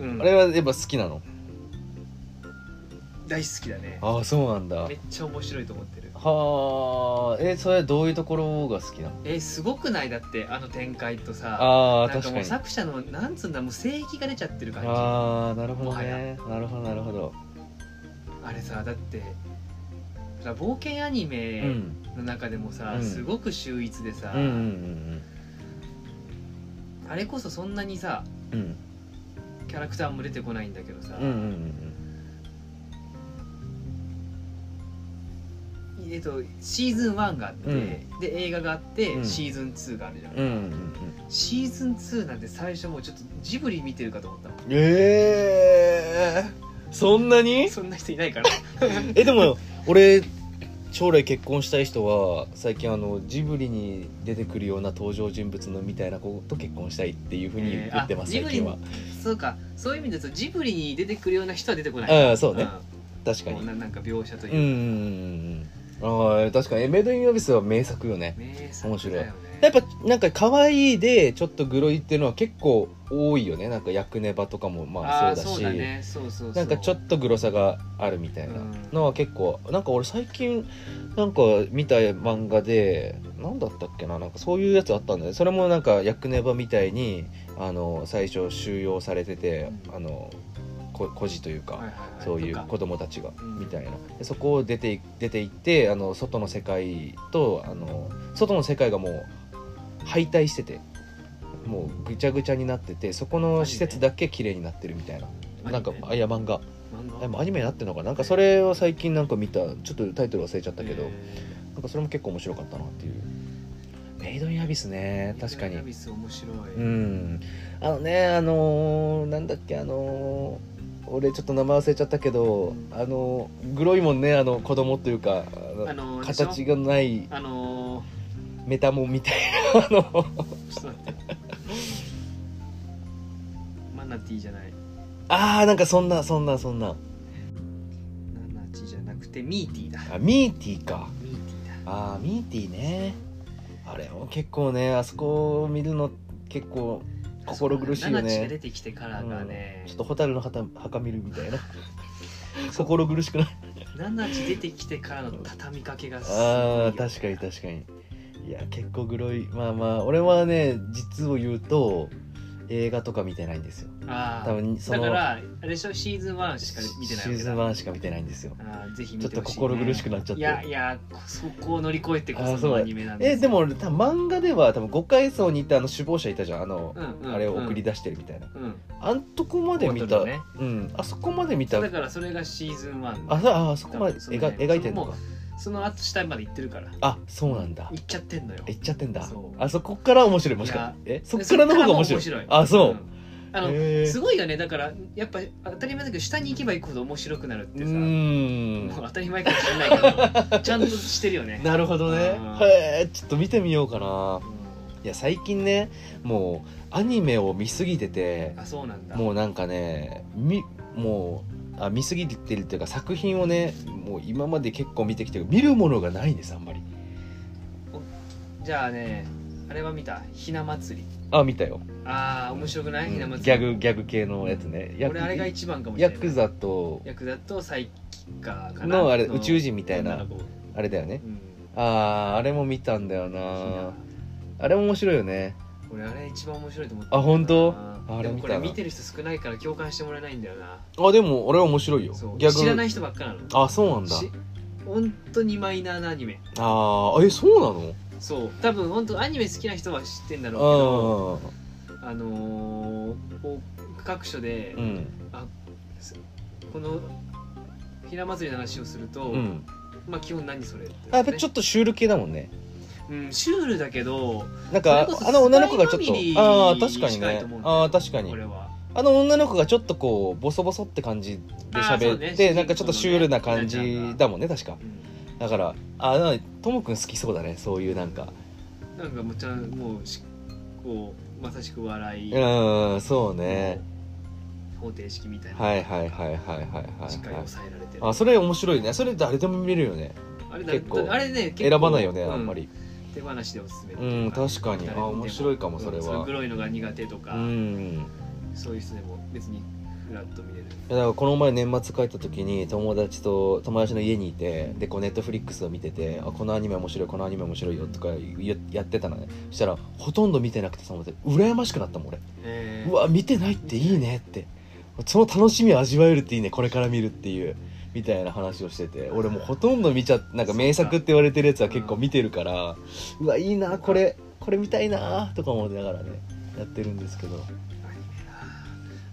[SPEAKER 2] うん
[SPEAKER 1] あれはやっぱ好きなの
[SPEAKER 2] 大好きだね
[SPEAKER 1] ああそうなんだ
[SPEAKER 2] めっちゃ面白いと思ってる
[SPEAKER 1] はあえそれはどういうところが好きなの
[SPEAKER 2] えすごくないだってあの展開とさ
[SPEAKER 1] ああ
[SPEAKER 2] なんか
[SPEAKER 1] 確
[SPEAKER 2] も
[SPEAKER 1] か
[SPEAKER 2] う
[SPEAKER 1] に
[SPEAKER 2] 作者のなんつうんだもう性域が出ちゃってる感じあ
[SPEAKER 1] ああなるほ
[SPEAKER 2] も
[SPEAKER 1] ど
[SPEAKER 2] は
[SPEAKER 1] ねなるほどなるほど
[SPEAKER 2] れさだってさ冒険アニ
[SPEAKER 1] う
[SPEAKER 2] メ
[SPEAKER 1] ん
[SPEAKER 2] の中でもさ、
[SPEAKER 1] うん
[SPEAKER 2] すごく秀逸でさ、
[SPEAKER 1] うんうん
[SPEAKER 2] あれこそそんなにさ
[SPEAKER 1] うんうん
[SPEAKER 2] キャラクターも出てこないんだけどさ、
[SPEAKER 1] うんうんうん
[SPEAKER 2] えっと、シーズン1があって、
[SPEAKER 1] うん
[SPEAKER 2] で映画があって、
[SPEAKER 1] うん
[SPEAKER 2] シーズン2があるじゃん、
[SPEAKER 1] うんうんうん
[SPEAKER 2] シーズン2なんて最初もうちょっとジブリ見てるかと思ったもん
[SPEAKER 1] ええそんなに
[SPEAKER 2] そんな人いな
[SPEAKER 1] <laughs>
[SPEAKER 2] いから
[SPEAKER 1] えでも俺将来結婚したい人は最近あのジブリに出てくるような登場人物のみたいな子と結婚したいっていうふうに言ってます、
[SPEAKER 2] えーあ
[SPEAKER 1] 最近は
[SPEAKER 2] そうかそういう意味だとジブリに出てくるような人は出てこない、
[SPEAKER 1] うんそうね確
[SPEAKER 2] う
[SPEAKER 1] か
[SPEAKER 2] ん
[SPEAKER 1] に
[SPEAKER 2] もう
[SPEAKER 1] うん
[SPEAKER 2] ななんか描写と
[SPEAKER 1] うんう
[SPEAKER 2] いうか、
[SPEAKER 1] んうんああ確かに「メイド・イン・オビス」は名作よね
[SPEAKER 2] 名作だよね
[SPEAKER 1] やっぱなんか可愛いでちょっとグロいっていうのは結構多いよねなんか役ネバとかもま
[SPEAKER 2] あ
[SPEAKER 1] あ
[SPEAKER 2] あ
[SPEAKER 1] そうだ
[SPEAKER 2] そう
[SPEAKER 1] し
[SPEAKER 2] だねそうそうそう
[SPEAKER 1] なんかちょっとグロさがあるみたいなのは結構なんか俺最近なんか見た漫画で何だったっけななんかそういうやつあったんだよねそれもなんか役ネバみたいにあの最初収容されててあのこ孤児という
[SPEAKER 2] はい
[SPEAKER 1] か
[SPEAKER 2] はいはい
[SPEAKER 1] そういう
[SPEAKER 2] とか
[SPEAKER 1] 子供たちが
[SPEAKER 2] うん
[SPEAKER 1] みたいなでそこを出てい出ていってあの外の世界とあの外の世界がもう敗退しててもうぐちゃぐちゃになっててそこの施設だけ綺麗になってるみたいな。なんかあいや漫画
[SPEAKER 2] 漫
[SPEAKER 1] で
[SPEAKER 2] 画
[SPEAKER 1] もアニメになってるのかななんかそれを最近なんか見たちょっとタイトル忘れちゃったけど、
[SPEAKER 2] え
[SPEAKER 1] なんかそれも結構面白かったなっていうメイド・イン・アビスね
[SPEAKER 2] ー
[SPEAKER 1] 確かに
[SPEAKER 2] メイドインアビス面白い、
[SPEAKER 1] うんあのねあのーなんだっけあのー俺ちょっと名前忘れちゃったけど、
[SPEAKER 2] うん
[SPEAKER 1] あのーグロいもんねあの子供というか
[SPEAKER 2] あ
[SPEAKER 1] あの
[SPEAKER 2] のー
[SPEAKER 1] 形がない
[SPEAKER 2] あのー
[SPEAKER 1] メタモンみたいな <laughs> あの
[SPEAKER 2] ちょっと待ってマナティーじゃない
[SPEAKER 1] あーなんかそんなそんなそんな
[SPEAKER 2] マナティーじゃなくてミーティーだ
[SPEAKER 1] あミーティーか
[SPEAKER 2] ミーティーだ
[SPEAKER 1] あーミーティーねあれも結構ねあそこを見るの結構心苦しいよね
[SPEAKER 2] ナナチが出てきてからがね、
[SPEAKER 1] ちょっと蛍の墓墓見るみた <laughs> いな心苦しくない
[SPEAKER 2] ナナチ出てきてからの畳みかけがすごいよ
[SPEAKER 1] あー確かに確かにいや結構グロいまあまあ俺はね実を言うと映画とか見てないんですよ
[SPEAKER 2] あ
[SPEAKER 1] 多分そ
[SPEAKER 2] だ
[SPEAKER 1] の
[SPEAKER 2] からあれでしょシーズン1しか見てない
[SPEAKER 1] シーズン
[SPEAKER 2] ン
[SPEAKER 1] 1しか見てないんですよ
[SPEAKER 2] あーぜひ見
[SPEAKER 1] ち
[SPEAKER 2] て
[SPEAKER 1] ょ
[SPEAKER 2] ほ
[SPEAKER 1] っ
[SPEAKER 2] しい、
[SPEAKER 1] と心苦しくなっちゃっ
[SPEAKER 2] い
[SPEAKER 1] て
[SPEAKER 2] やいやそこを乗り越えてこ
[SPEAKER 1] あー
[SPEAKER 2] そ
[SPEAKER 1] そう
[SPEAKER 2] の
[SPEAKER 1] だ
[SPEAKER 2] アニメなんで
[SPEAKER 1] え
[SPEAKER 2] す
[SPEAKER 1] でも
[SPEAKER 2] よ
[SPEAKER 1] 俺多分漫画では多分5階層にいたあの首謀者いたじゃんあの、
[SPEAKER 2] うんうん
[SPEAKER 1] あれを送り出してるみたいな、
[SPEAKER 2] うん
[SPEAKER 1] あんとこまで見
[SPEAKER 2] 本当
[SPEAKER 1] た、
[SPEAKER 2] だね
[SPEAKER 1] うんあそこまで見た
[SPEAKER 2] だからそれがシーズン1
[SPEAKER 1] あそあそこまで
[SPEAKER 2] 多分その
[SPEAKER 1] 描
[SPEAKER 2] 辺
[SPEAKER 1] 描いてんのか
[SPEAKER 2] その後下まで行ってるから
[SPEAKER 1] あそうなんだ
[SPEAKER 2] 行っちゃってんのよ
[SPEAKER 1] 行っちゃってんだ
[SPEAKER 2] そう
[SPEAKER 1] あそこから面白いもし
[SPEAKER 2] い
[SPEAKER 1] か
[SPEAKER 2] や
[SPEAKER 1] えそっからの方が面白い
[SPEAKER 2] そっからも面白い
[SPEAKER 1] あそう、
[SPEAKER 2] んあの、
[SPEAKER 1] へー
[SPEAKER 2] すごいよねだからやっぱ当たり前だけど下に行けば行くほど面白くなるっ
[SPEAKER 1] う
[SPEAKER 2] てさ、
[SPEAKER 1] ーん
[SPEAKER 2] もう当たり前かもしれない
[SPEAKER 1] <laughs>
[SPEAKER 2] けどちゃんとしてるよね
[SPEAKER 1] なるほどね
[SPEAKER 2] うん
[SPEAKER 1] へえちょっと見てみようかな
[SPEAKER 2] う
[SPEAKER 1] いや最近ねもうアニメを見すぎてて
[SPEAKER 2] んあそうなんだ
[SPEAKER 1] もうなんかねみもうあ見すぎてるっていうか作品をねもう今まで結構見てきて見るものがないんですあんまり
[SPEAKER 2] じゃあねあれは見たひな祭り
[SPEAKER 1] あ見たよ
[SPEAKER 2] ああ面白くない、
[SPEAKER 1] うん
[SPEAKER 2] ひ
[SPEAKER 1] ギ
[SPEAKER 2] な祭り
[SPEAKER 1] ャグギャグ系のやつねヤク
[SPEAKER 2] 俺あれが一番かもしれ
[SPEAKER 1] ヤ
[SPEAKER 2] ない
[SPEAKER 1] クザと
[SPEAKER 2] ヤクザとサイキカかな
[SPEAKER 1] のあれ宇宙人みたいな
[SPEAKER 2] 女の子
[SPEAKER 1] あれだよね
[SPEAKER 2] うん
[SPEAKER 1] あーあれも見たんだよ
[SPEAKER 2] ひな
[SPEAKER 1] なあれも面白いよね
[SPEAKER 2] 俺あれ一番面白いと思って
[SPEAKER 1] あ本当
[SPEAKER 2] あ
[SPEAKER 1] あ
[SPEAKER 2] れ
[SPEAKER 1] れ
[SPEAKER 2] で
[SPEAKER 1] 見たな
[SPEAKER 2] もこれ見てる人少ないから共感してもらえないんだよな
[SPEAKER 1] あでも俺は面白いよ
[SPEAKER 2] そう
[SPEAKER 1] ギャグ
[SPEAKER 2] 知らない人ばっかなの
[SPEAKER 1] あそうなんだ
[SPEAKER 2] し本当にマイナーなアニメ
[SPEAKER 1] あーえそうなの
[SPEAKER 2] そう多分本当アニメ好きな人は知ってんだ
[SPEAKER 1] あ
[SPEAKER 2] ろうけどあのーこう各所で
[SPEAKER 1] あうん
[SPEAKER 2] このひな祭りの話をすると、
[SPEAKER 1] うん
[SPEAKER 2] まあ基本何それって
[SPEAKER 1] あやっぱちょ
[SPEAKER 2] っ
[SPEAKER 1] っとシュール系だもんね
[SPEAKER 2] と、うん、シュールだけど
[SPEAKER 1] なん
[SPEAKER 2] それ
[SPEAKER 1] か
[SPEAKER 2] こそ
[SPEAKER 1] あの女の子がちょっ
[SPEAKER 2] スパイファミリー
[SPEAKER 1] とああ確かに
[SPEAKER 2] 近い
[SPEAKER 1] ね
[SPEAKER 2] と思うんだよ
[SPEAKER 1] ああ確かに
[SPEAKER 2] 俺は
[SPEAKER 1] あの女の子がちょっとこうボソボソって感じで
[SPEAKER 2] あーそ
[SPEAKER 1] 喋
[SPEAKER 2] うね
[SPEAKER 1] っ
[SPEAKER 2] 主人公
[SPEAKER 1] て、
[SPEAKER 2] のね
[SPEAKER 1] なんかちょっとシュールな感じだもんね確か
[SPEAKER 2] うん
[SPEAKER 1] だからあなんかともくん好きそうだねそういうなんか
[SPEAKER 2] なんかもうちゃんもうしこうまさしく笑い、
[SPEAKER 1] うんそうね
[SPEAKER 2] 方程式みたいな、
[SPEAKER 1] はいはいはいはいはい
[SPEAKER 2] しっか
[SPEAKER 1] はいは
[SPEAKER 2] り
[SPEAKER 1] い
[SPEAKER 2] 抑えられてる
[SPEAKER 1] あそれ面白いねそれ誰でも見れるよね
[SPEAKER 2] あれだ
[SPEAKER 1] 結構
[SPEAKER 2] あれね結構
[SPEAKER 1] 選ばないよね
[SPEAKER 2] う
[SPEAKER 1] あんまり
[SPEAKER 2] 手放しでおすすめって
[SPEAKER 1] う
[SPEAKER 2] いうん
[SPEAKER 1] 確かにあ
[SPEAKER 2] 誰にでも
[SPEAKER 1] 面白いかも
[SPEAKER 2] うん
[SPEAKER 1] それ
[SPEAKER 2] そういう
[SPEAKER 1] は
[SPEAKER 2] 黒いのが苦手とか、
[SPEAKER 1] うん
[SPEAKER 2] そういう人でも別にフラッと見れる
[SPEAKER 1] いやだからこの前年末帰った時に友達と友達の家にいてでこうネットフリックスを見てて「あこのアニメ面白いこのアニメ面白いよ」とかややってたのねそしたらほとんど見てなくてその羨ましくなったもん俺
[SPEAKER 2] え
[SPEAKER 1] うわ見てないっていいねってその楽しみを味わえるっていいねこれから見るっていうみたいな話をしてて俺もうほとんど見ちゃっなんか名作って言われてるやつは結構見てるからうわいいなこれこれ見たいなとか思いながらねやってるんですけど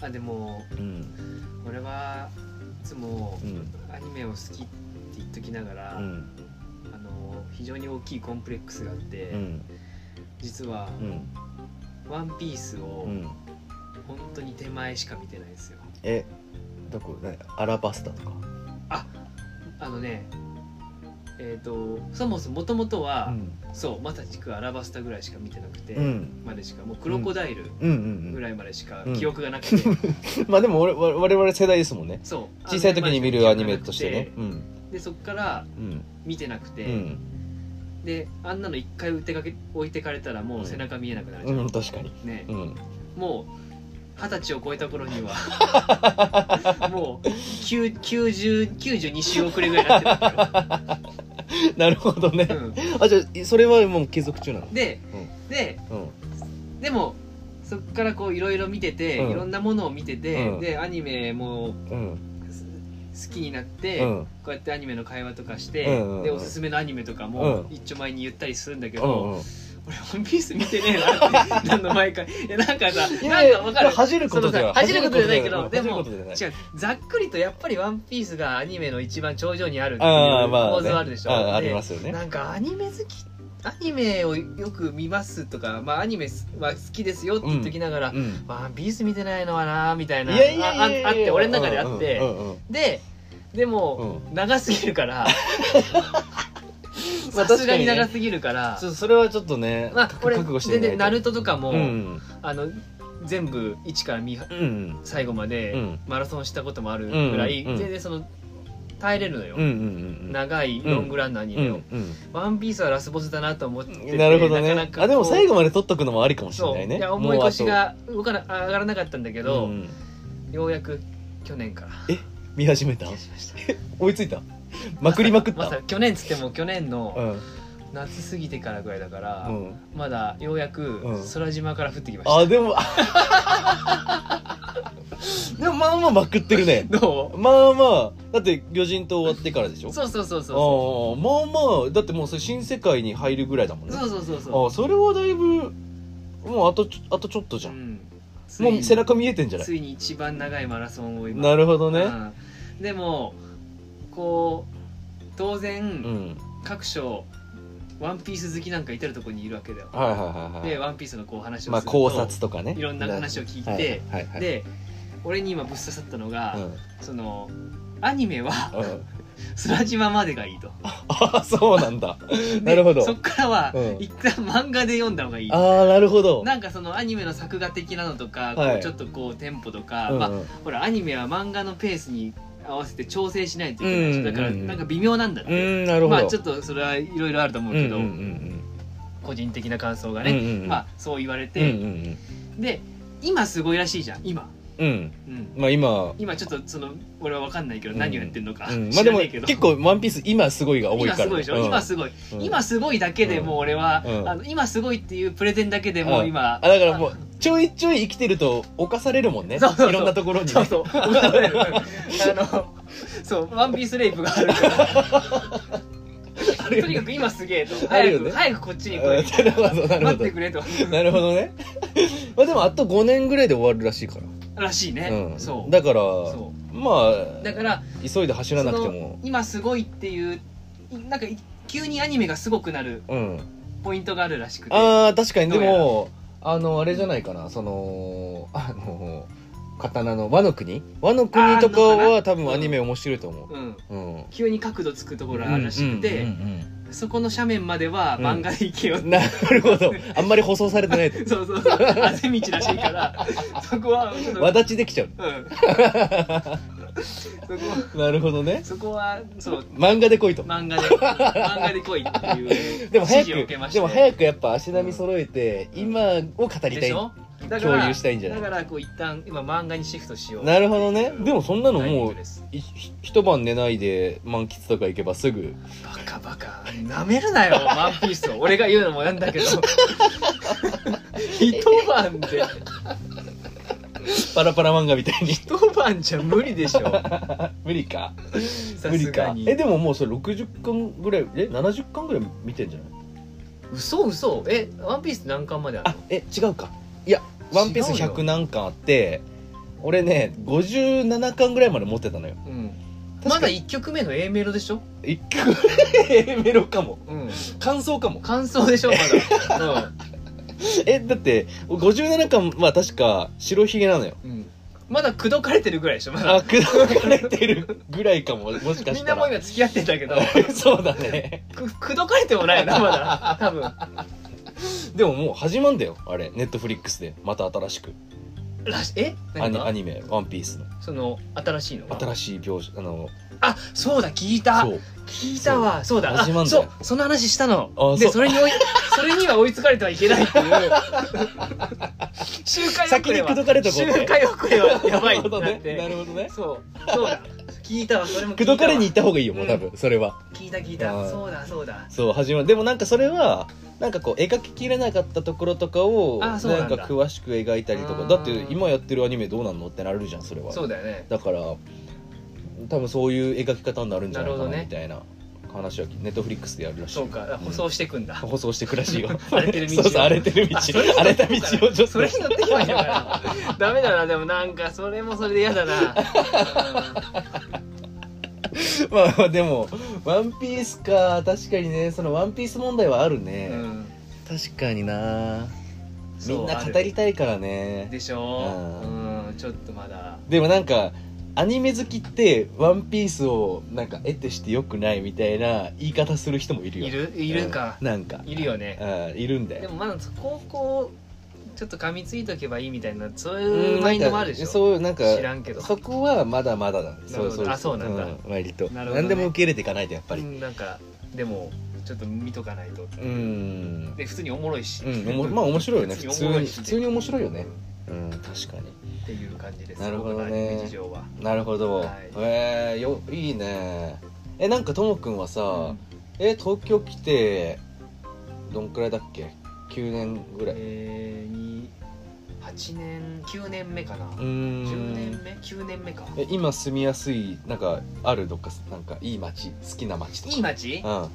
[SPEAKER 2] あでも
[SPEAKER 1] うん
[SPEAKER 2] 俺はいつも
[SPEAKER 1] うん
[SPEAKER 2] アニメを好きって言っときながら、
[SPEAKER 1] うん
[SPEAKER 2] 非常に大きいコンプレックスがあって、
[SPEAKER 1] うん
[SPEAKER 2] 実は
[SPEAKER 1] う、ん
[SPEAKER 2] ワンピースを
[SPEAKER 1] うん
[SPEAKER 2] 本当に手前しか見てないんですよ。
[SPEAKER 1] えどこねアラバスタとか
[SPEAKER 2] あのね、えっ、とそもそもともとは、
[SPEAKER 1] うん
[SPEAKER 2] そうまさしくアラバスタぐらいしか見てなくて、
[SPEAKER 1] うん
[SPEAKER 2] までしかもうクロコダイル
[SPEAKER 1] うんう
[SPEAKER 2] ぐ
[SPEAKER 1] ん
[SPEAKER 2] らいまでしか
[SPEAKER 1] うん
[SPEAKER 2] 記憶がなくて、
[SPEAKER 1] うん <laughs> まあでも俺我我々世代ですもんね
[SPEAKER 2] そう
[SPEAKER 1] 小さい時に見るアニメとしてねうん
[SPEAKER 2] でそっから
[SPEAKER 1] うん
[SPEAKER 2] 見てなくて、
[SPEAKER 1] うん
[SPEAKER 2] であんなの一回置いてかけ置いてかれたらもう背中見えなくなるじゃん、
[SPEAKER 1] うん確かに
[SPEAKER 2] ね
[SPEAKER 1] うん <laughs>
[SPEAKER 2] もう二十歳を超えた頃には
[SPEAKER 1] <laughs>
[SPEAKER 2] もう9 90 92週遅れぐらいになってたん
[SPEAKER 1] なるほどね
[SPEAKER 2] だよ、う
[SPEAKER 1] あじゃあそれはもう継続中なの
[SPEAKER 2] ん、で、
[SPEAKER 1] う
[SPEAKER 2] で
[SPEAKER 1] うん
[SPEAKER 2] でもそっからこういろいろ見てて、
[SPEAKER 1] うん
[SPEAKER 2] いろんなものを見てて、
[SPEAKER 1] うん
[SPEAKER 2] でアニメも
[SPEAKER 1] うん
[SPEAKER 2] す好きになって、
[SPEAKER 1] うん
[SPEAKER 2] こうやってアニメの会話とかして、
[SPEAKER 1] うんうんうん
[SPEAKER 2] でおすすめのアニメとかも
[SPEAKER 1] うん
[SPEAKER 2] 一丁前に言ったりするんだけ
[SPEAKER 1] う
[SPEAKER 2] ど、
[SPEAKER 1] んうん
[SPEAKER 2] 俺「ワンピース見てねえなって何の毎
[SPEAKER 1] <laughs>
[SPEAKER 2] 回いやなんかさ
[SPEAKER 1] い
[SPEAKER 2] な
[SPEAKER 1] やい
[SPEAKER 2] ん
[SPEAKER 1] や
[SPEAKER 2] かわかる
[SPEAKER 1] 恥じることじ
[SPEAKER 2] そ
[SPEAKER 1] ゃ
[SPEAKER 2] のさ恥じることじゃないけ
[SPEAKER 1] う
[SPEAKER 2] ど
[SPEAKER 1] ん
[SPEAKER 2] でも
[SPEAKER 1] 恥じることじゃ
[SPEAKER 2] 違うざっくりとやっぱり「ワンピースがアニメの一番頂上にあるっていう
[SPEAKER 1] ないあーまあ
[SPEAKER 2] 構
[SPEAKER 1] ね
[SPEAKER 2] 図はあるでしょ、
[SPEAKER 1] あーあ
[SPEAKER 2] で
[SPEAKER 1] りますよね
[SPEAKER 2] なんかアニメ好きアニメをよく見ますとか、まあ、アニメは好きですよって言っときながら
[SPEAKER 1] う、ん
[SPEAKER 2] ワンピース見てないのはなーみたい
[SPEAKER 1] い
[SPEAKER 2] な
[SPEAKER 1] やいやいやいや
[SPEAKER 2] あああって俺の中であって、
[SPEAKER 1] うんうんうん
[SPEAKER 2] ででも、
[SPEAKER 1] うん
[SPEAKER 2] 長すぎるから
[SPEAKER 1] <laughs> まあ
[SPEAKER 2] さすがに
[SPEAKER 1] 確かにね
[SPEAKER 2] 長すぎるから、
[SPEAKER 1] そそれはちょっとね
[SPEAKER 2] まあ
[SPEAKER 1] 覚
[SPEAKER 2] 俺
[SPEAKER 1] 悟して
[SPEAKER 2] 全
[SPEAKER 1] ね
[SPEAKER 2] 然ナルトとかも、
[SPEAKER 1] うん
[SPEAKER 2] あの全部一から見
[SPEAKER 1] うんうん
[SPEAKER 2] 最後ま
[SPEAKER 1] う
[SPEAKER 2] で
[SPEAKER 1] ん
[SPEAKER 2] マラソンしたこともあるぐらい、
[SPEAKER 1] うんうん
[SPEAKER 2] 全然その耐えれるのよ、
[SPEAKER 1] うんうん
[SPEAKER 2] 長いロングランナーに、
[SPEAKER 1] う
[SPEAKER 2] メ
[SPEAKER 1] ん
[SPEAKER 2] をワンピースはラスボスだなと思ってて
[SPEAKER 1] なるほどね
[SPEAKER 2] なかなかこう
[SPEAKER 1] あでも最後まで取っとくのもありかもしれ
[SPEAKER 2] そう
[SPEAKER 1] ない
[SPEAKER 2] い
[SPEAKER 1] ね
[SPEAKER 2] や
[SPEAKER 1] もう
[SPEAKER 2] 重い
[SPEAKER 1] あと
[SPEAKER 2] 腰が動かな上がらなかったんだけど、
[SPEAKER 1] うん
[SPEAKER 2] ようやく去年から
[SPEAKER 1] 見始めた
[SPEAKER 2] 気がしました
[SPEAKER 1] 追いついたまくりまくっ
[SPEAKER 2] ま
[SPEAKER 1] た
[SPEAKER 2] さか去年っつっても去年
[SPEAKER 1] う
[SPEAKER 2] の
[SPEAKER 1] ん
[SPEAKER 2] 夏過ぎてからぐらいだから、
[SPEAKER 1] うん
[SPEAKER 2] まだようやく
[SPEAKER 1] うん
[SPEAKER 2] 空島から降ってきました、
[SPEAKER 1] あでもでもまあまあまくってるね
[SPEAKER 2] ど
[SPEAKER 1] まあまあだって魚人島終わってからでしょ
[SPEAKER 2] うそうそうそうそ
[SPEAKER 1] ああまあまあだってもうそれ新世界に入るぐらいだもん
[SPEAKER 2] う
[SPEAKER 1] ね
[SPEAKER 2] そうそうそうそ
[SPEAKER 1] あそれはだいぶもうあとちょあとちょっとじ
[SPEAKER 2] う
[SPEAKER 1] ゃん、
[SPEAKER 2] ん
[SPEAKER 1] もう背
[SPEAKER 2] 中
[SPEAKER 1] 中見えてんじゃない
[SPEAKER 2] ついに一番長いマラソンを今
[SPEAKER 1] なるほどね
[SPEAKER 2] うんでもこう当
[SPEAKER 1] う
[SPEAKER 2] 然
[SPEAKER 1] ん
[SPEAKER 2] 各所ワンピース好きなんかいてるとこにいるわけだよ
[SPEAKER 1] はいはいはい
[SPEAKER 2] で
[SPEAKER 1] は
[SPEAKER 2] ワンピースのこう話
[SPEAKER 1] い
[SPEAKER 2] をすると、
[SPEAKER 1] まあ考察とかね
[SPEAKER 2] いろんな話を聞いて、
[SPEAKER 1] はいはいはい
[SPEAKER 2] で俺に今ぶっ刺さったのが、
[SPEAKER 1] うん
[SPEAKER 2] そのアニメは
[SPEAKER 1] うん
[SPEAKER 2] 空島までがいいと
[SPEAKER 1] あそうなんだ
[SPEAKER 2] で
[SPEAKER 1] なるほど
[SPEAKER 2] そっからは、
[SPEAKER 1] うん
[SPEAKER 2] 一旦漫画で読んだ方がいい
[SPEAKER 1] ああなるほど
[SPEAKER 2] なんかそのアニメの作画的なのとか、
[SPEAKER 1] はい
[SPEAKER 2] こうちょっとこうテンポとか、
[SPEAKER 1] うん
[SPEAKER 2] まあ、ほらアニメは漫画のペースに合わせて調整しないといけないし、
[SPEAKER 1] うん
[SPEAKER 2] だから
[SPEAKER 1] うんうん
[SPEAKER 2] なんか微妙なんだっ
[SPEAKER 1] う
[SPEAKER 2] て、
[SPEAKER 1] んなるほど
[SPEAKER 2] まあちょっとそれはいろいろあると思うけど、
[SPEAKER 1] うんうん
[SPEAKER 2] 個人的な感想
[SPEAKER 1] う
[SPEAKER 2] が
[SPEAKER 1] ん
[SPEAKER 2] ね、
[SPEAKER 1] うんうんうん
[SPEAKER 2] まあそう言われ
[SPEAKER 1] うんう
[SPEAKER 2] て、
[SPEAKER 1] ん
[SPEAKER 2] で今すごいらしいじゃん今、
[SPEAKER 1] うんうん
[SPEAKER 2] うん、
[SPEAKER 1] まあ今
[SPEAKER 2] 今ちょっとその俺は分かんないけど何をやってんのか、 <laughs>
[SPEAKER 1] うんまあ
[SPEAKER 2] 知
[SPEAKER 1] で
[SPEAKER 2] ら
[SPEAKER 1] も
[SPEAKER 2] ないけど、
[SPEAKER 1] 結構「ワンピース今すごいが多い
[SPEAKER 2] 今
[SPEAKER 1] から
[SPEAKER 2] すごいでしょ、
[SPEAKER 1] うん
[SPEAKER 2] 今すごい
[SPEAKER 1] うん
[SPEAKER 2] 今すごいだけでもう俺は、
[SPEAKER 1] うん
[SPEAKER 2] あの今すごいっていうプレゼンだけでもう今、
[SPEAKER 1] あだからもうちょいちょい生きてると侵されるもんね
[SPEAKER 2] そうそうそう
[SPEAKER 1] いろんなところにね
[SPEAKER 2] そ
[SPEAKER 1] <laughs>
[SPEAKER 2] うそうあのそう「ワンピースレイプがあるからとにかく今すげえと
[SPEAKER 1] ある
[SPEAKER 2] 早
[SPEAKER 1] よ
[SPEAKER 2] く、
[SPEAKER 1] ね
[SPEAKER 2] 早くこっちに来
[SPEAKER 1] うん
[SPEAKER 2] い
[SPEAKER 1] なるほどなるほど
[SPEAKER 2] 待ってくれと
[SPEAKER 1] なるほどね <laughs> まあでもあと5年ぐらいで終わるらしいから
[SPEAKER 2] らしいね、
[SPEAKER 1] うん、
[SPEAKER 2] そう
[SPEAKER 1] だから
[SPEAKER 2] そ
[SPEAKER 1] ま
[SPEAKER 2] う
[SPEAKER 1] あ
[SPEAKER 2] だから
[SPEAKER 1] 急いで走らなくて
[SPEAKER 2] その
[SPEAKER 1] も
[SPEAKER 2] 今すごいっていういなんかい急にアニメがすごくなる
[SPEAKER 1] うん
[SPEAKER 2] ポイントがあるらしくて
[SPEAKER 1] あー確かにで
[SPEAKER 2] どうや
[SPEAKER 1] もあのあれじゃないかなそのあの刀の和の国和の国とか
[SPEAKER 2] あーのか
[SPEAKER 1] は
[SPEAKER 2] な
[SPEAKER 1] 多分
[SPEAKER 2] うん
[SPEAKER 1] アニメ面白いと思う
[SPEAKER 2] うん
[SPEAKER 1] うん
[SPEAKER 2] 急に角度つくところあるらしく
[SPEAKER 1] う
[SPEAKER 2] て、
[SPEAKER 1] んうん
[SPEAKER 2] そこの斜面までは漫画で行けよっ
[SPEAKER 1] うんなるほどあんまり舗装されてないと
[SPEAKER 2] <laughs> そうそうそうあぜ道らしいからそこはちょっと
[SPEAKER 1] 輪立ちできちゃう
[SPEAKER 2] うんそこ
[SPEAKER 1] なるほどね
[SPEAKER 2] そこはそう
[SPEAKER 1] 漫画で来いと
[SPEAKER 2] 漫画で漫画で来いっていう
[SPEAKER 1] でも早
[SPEAKER 2] 指示を
[SPEAKER 1] く
[SPEAKER 2] 受けまして
[SPEAKER 1] でも早くやっぱ足並み揃えて、今を語りた
[SPEAKER 2] でし
[SPEAKER 1] い
[SPEAKER 2] ょだか
[SPEAKER 1] 共
[SPEAKER 2] ら
[SPEAKER 1] 有したいんじゃない
[SPEAKER 2] だからこう一旦今漫画にシフトしよう
[SPEAKER 1] なるほどねでもそんなの
[SPEAKER 2] タイミン
[SPEAKER 1] も
[SPEAKER 2] グ
[SPEAKER 1] う
[SPEAKER 2] です
[SPEAKER 1] いひ一晩寝ないで満喫とか行けばすぐ
[SPEAKER 2] バカバカなめるなよワンピースを俺が言うのもなん
[SPEAKER 1] <laughs>
[SPEAKER 2] だけど一晩で
[SPEAKER 1] パラパラ漫画みたいに <laughs>
[SPEAKER 2] 一晩じゃ無理でしょ
[SPEAKER 1] 無理か
[SPEAKER 2] さ
[SPEAKER 1] 無理
[SPEAKER 2] すが
[SPEAKER 1] か
[SPEAKER 2] に
[SPEAKER 1] えでももうそれ60巻ぐらいえ70巻ぐらい見てんじゃない
[SPEAKER 2] 嘘嘘えワンピースって何巻まである
[SPEAKER 1] あ
[SPEAKER 2] の
[SPEAKER 1] え違うかいや「ワンピース
[SPEAKER 2] 違うよ
[SPEAKER 1] 100何巻あって俺ね57巻ぐらいまで持ってたのよ
[SPEAKER 2] うんまだ1曲目の A メロでしょ
[SPEAKER 1] 一曲 <laughs> A メロかも
[SPEAKER 2] うん
[SPEAKER 1] 感想かも
[SPEAKER 2] 感想でしょまだ
[SPEAKER 1] えだって57巻は確か白ひげなのよ
[SPEAKER 2] うん、うん、まだ口説かれてるぐらいでしょまだ
[SPEAKER 1] あくどかれてるぐらいかももしか
[SPEAKER 2] み
[SPEAKER 1] し
[SPEAKER 2] ん
[SPEAKER 1] た
[SPEAKER 2] なもう
[SPEAKER 1] ら
[SPEAKER 2] 今付き合ってんだけど
[SPEAKER 1] <laughs> そうだね
[SPEAKER 2] く口説かれてもないよなまだ多分
[SPEAKER 1] でももう始まんだよあれネットフリックスでまた新しく
[SPEAKER 2] らしえ
[SPEAKER 1] ア
[SPEAKER 2] 何
[SPEAKER 1] ニ
[SPEAKER 2] が
[SPEAKER 1] アニメ「ワンピースの
[SPEAKER 2] その新しいのが
[SPEAKER 1] 新しい描写あの
[SPEAKER 2] あそうだ聞いた
[SPEAKER 1] そう
[SPEAKER 2] 聞いたわそうだ
[SPEAKER 1] 始ま
[SPEAKER 2] あ
[SPEAKER 1] んだ
[SPEAKER 2] そ
[SPEAKER 1] よ
[SPEAKER 2] うその話したの
[SPEAKER 1] あ
[SPEAKER 2] で
[SPEAKER 1] そう
[SPEAKER 2] それに追い <laughs> それには追いつかれてはいけな
[SPEAKER 1] <laughs>
[SPEAKER 2] いっていう周回遅
[SPEAKER 1] 先
[SPEAKER 2] れ
[SPEAKER 1] に
[SPEAKER 2] は
[SPEAKER 1] 口説かれとこう
[SPEAKER 2] 周回遅れは <laughs> やば
[SPEAKER 1] <laughs>
[SPEAKER 2] い
[SPEAKER 1] なるほ
[SPEAKER 2] って
[SPEAKER 1] ど
[SPEAKER 2] なっ
[SPEAKER 1] ね
[SPEAKER 2] て、
[SPEAKER 1] なるほどね
[SPEAKER 2] そうそうだ聞いたわそれも聞
[SPEAKER 1] 口
[SPEAKER 2] いたわ
[SPEAKER 1] 説かれに行った方がいいよもう多分、それは
[SPEAKER 2] 聞いた聞いた
[SPEAKER 1] はい
[SPEAKER 2] そうだそうだ
[SPEAKER 1] そう始まるでもなんかそれはなんかこう描ききれなかったところとかを
[SPEAKER 2] あそうなんだ
[SPEAKER 1] か詳しく描いたりと
[SPEAKER 2] う
[SPEAKER 1] か
[SPEAKER 2] ん
[SPEAKER 1] だって今やってるアニメどうなんのってなるじゃんそれは
[SPEAKER 2] そうだよね
[SPEAKER 1] だから多分そういう描き方になるんじゃないかな
[SPEAKER 2] なるほどね
[SPEAKER 1] みたいな話はネットフリックスでやるらしい
[SPEAKER 2] そうか舗装していくんだ
[SPEAKER 1] 舗装してくらしいよ
[SPEAKER 2] 荒れてる道を
[SPEAKER 1] そう <laughs> そう荒れてる道
[SPEAKER 2] あそれ
[SPEAKER 1] 荒れた道をちょっと
[SPEAKER 2] それに乗ってきましたからダメだなでもなんかそれもそれで嫌だな、
[SPEAKER 1] <laughs> まあまあでも「ワンピースか確かにねその「ワンピース問題はある
[SPEAKER 2] う
[SPEAKER 1] ね、
[SPEAKER 2] ん、
[SPEAKER 1] 確かになみんな
[SPEAKER 2] そう
[SPEAKER 1] 語りたいからね
[SPEAKER 2] でしょ
[SPEAKER 1] う
[SPEAKER 2] うんちょっとまだ
[SPEAKER 1] でもなんかアニメ好きって「ワンピースをなんか得てしてよくないみたいな言い方する人もいるよ
[SPEAKER 2] いるいるか、
[SPEAKER 1] うんなんか
[SPEAKER 2] いるよね
[SPEAKER 1] うんいるんだ
[SPEAKER 2] で
[SPEAKER 1] よ
[SPEAKER 2] もまだ高校ちょっと噛みついとけばいいみたいなそう
[SPEAKER 1] う
[SPEAKER 2] い
[SPEAKER 1] ん
[SPEAKER 2] う
[SPEAKER 1] な
[SPEAKER 2] マ
[SPEAKER 1] ん
[SPEAKER 2] イン
[SPEAKER 1] か
[SPEAKER 2] ドもあるでしょ
[SPEAKER 1] そうなんか
[SPEAKER 2] 知らんけど
[SPEAKER 1] そこはまだまだだ
[SPEAKER 2] ほどあそうなんだ
[SPEAKER 1] ん割と
[SPEAKER 2] なるほど
[SPEAKER 1] 何
[SPEAKER 2] ね
[SPEAKER 1] でも受け入れていかないとやっぱ
[SPEAKER 2] う
[SPEAKER 1] り
[SPEAKER 2] んなんかでもちょっと見とかないと
[SPEAKER 1] うん
[SPEAKER 2] で普通におもろいし、
[SPEAKER 1] うんおもまあ面白いよね普通
[SPEAKER 2] おもろい
[SPEAKER 1] に
[SPEAKER 2] し
[SPEAKER 1] 普通に面白いよねうん確かに
[SPEAKER 2] っていう感じです
[SPEAKER 1] なるほどね
[SPEAKER 2] 僕のアニメ事情は
[SPEAKER 1] なるほど、
[SPEAKER 2] はい
[SPEAKER 1] えーよいいねえなんかともくんはさ、
[SPEAKER 2] うん
[SPEAKER 1] え東京来てどんくらいだっけ9年ぐらい、
[SPEAKER 2] えーに8年9年目かな、
[SPEAKER 1] うーん
[SPEAKER 2] 10年目9年目か
[SPEAKER 1] え今住みやすいなんかあるどっかなんかいい街好きな街とか
[SPEAKER 2] いい街
[SPEAKER 1] うんうん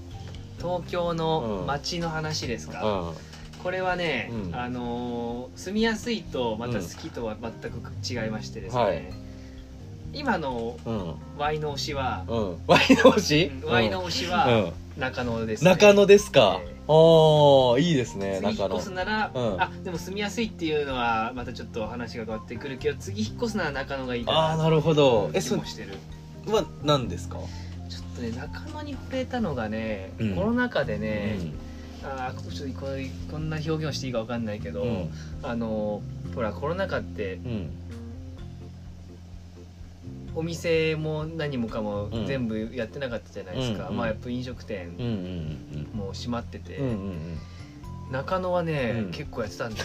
[SPEAKER 2] 東京の街の話ですか、これはね、
[SPEAKER 1] うん
[SPEAKER 2] あのー住みやすいとまた好きとは全く違いましてですね、
[SPEAKER 1] うんはい
[SPEAKER 2] 今の
[SPEAKER 1] うん
[SPEAKER 2] ワイの推しは、
[SPEAKER 1] うんワイの推し
[SPEAKER 2] うんワイの推し
[SPEAKER 1] う
[SPEAKER 2] は
[SPEAKER 1] ん
[SPEAKER 2] 中野です、ね
[SPEAKER 1] 中野ですか
[SPEAKER 2] ええ
[SPEAKER 1] おーいいですね
[SPEAKER 2] 次
[SPEAKER 1] 中
[SPEAKER 2] 引っ
[SPEAKER 1] 野
[SPEAKER 2] 越すなら、
[SPEAKER 1] うん
[SPEAKER 2] あでも住みやすいっていうのはまたちょっと話が変わってくるけど次引っ越すなら中野がいいか
[SPEAKER 1] ああ
[SPEAKER 2] な
[SPEAKER 1] なるほど
[SPEAKER 2] え
[SPEAKER 1] えそ
[SPEAKER 2] そ
[SPEAKER 1] れ
[SPEAKER 2] うしてる
[SPEAKER 1] は何ですか
[SPEAKER 2] ちょっとね中野に触れたのがね、
[SPEAKER 1] うん
[SPEAKER 2] コロナ禍でね、
[SPEAKER 1] う
[SPEAKER 2] あーちょっとこれこんな表現をしていいかわかんないけど、
[SPEAKER 1] んうん
[SPEAKER 2] あのーほらコロナ禍って
[SPEAKER 1] うん
[SPEAKER 2] お店も何もかも
[SPEAKER 1] うん
[SPEAKER 2] 全部やってなかったじゃないですか、
[SPEAKER 1] うんうん
[SPEAKER 2] まあやっぱ飲食店
[SPEAKER 1] うんうん
[SPEAKER 2] も閉まってて、
[SPEAKER 1] うんうんうん
[SPEAKER 2] 中野はね、
[SPEAKER 1] うん
[SPEAKER 2] 結構やってたんだよ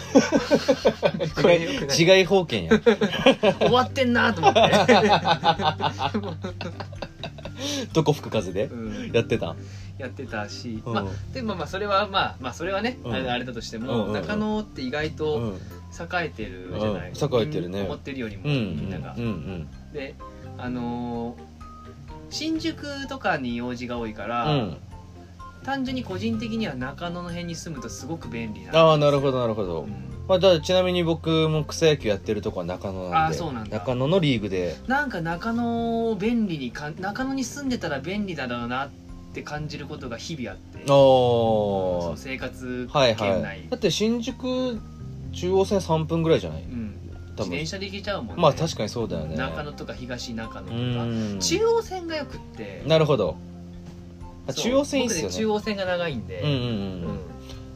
[SPEAKER 1] <laughs> これ違い方権や
[SPEAKER 2] 終わってんなと思って、
[SPEAKER 1] どこ吹く風で
[SPEAKER 2] うん
[SPEAKER 1] やってた
[SPEAKER 2] やってたし、
[SPEAKER 1] うん
[SPEAKER 2] まあでもまあそれはまあまあそれはね、
[SPEAKER 1] うん
[SPEAKER 2] あれあれだとして
[SPEAKER 1] うんう
[SPEAKER 2] も、
[SPEAKER 1] んうん
[SPEAKER 2] 中野って意外
[SPEAKER 1] う
[SPEAKER 2] と
[SPEAKER 1] ん
[SPEAKER 2] 栄えてるじゃない、
[SPEAKER 1] うん栄えてるね
[SPEAKER 2] 思ってるよりも
[SPEAKER 1] うんう
[SPEAKER 2] みんなが、
[SPEAKER 1] ん
[SPEAKER 2] であのー新宿とかに用事が多いか
[SPEAKER 1] う
[SPEAKER 2] ら、
[SPEAKER 1] ん
[SPEAKER 2] 単純に個人的には中野の辺に住むとすごく便利な
[SPEAKER 1] ああなるほどなるほ
[SPEAKER 2] ど
[SPEAKER 1] どまあ、じゃあちなみに僕も草野球やってるとこは中野なん
[SPEAKER 2] あ
[SPEAKER 1] で
[SPEAKER 2] そうなんだ
[SPEAKER 1] 中野のリーグで
[SPEAKER 2] なんか中野を便利にか中野に住んでたら便利だろうなって感じることが日々あって
[SPEAKER 1] あ
[SPEAKER 2] そ
[SPEAKER 1] あ
[SPEAKER 2] の生活圏内、
[SPEAKER 1] はいはいだって新宿中央線3分ぐらいじゃない
[SPEAKER 2] うん、
[SPEAKER 1] 多分
[SPEAKER 2] 自転車で行けちゃうもんね
[SPEAKER 1] まあ確かにそうだよね
[SPEAKER 2] 中野とか東中野
[SPEAKER 1] う
[SPEAKER 2] とか
[SPEAKER 1] ん
[SPEAKER 2] 中央線がよくって
[SPEAKER 1] なるほどあ
[SPEAKER 2] そう
[SPEAKER 1] 中央線いいっ
[SPEAKER 2] 僕ね
[SPEAKER 1] す
[SPEAKER 2] 中
[SPEAKER 1] よね
[SPEAKER 2] 央線が長いんで、
[SPEAKER 1] うんうん
[SPEAKER 2] う
[SPEAKER 1] うんん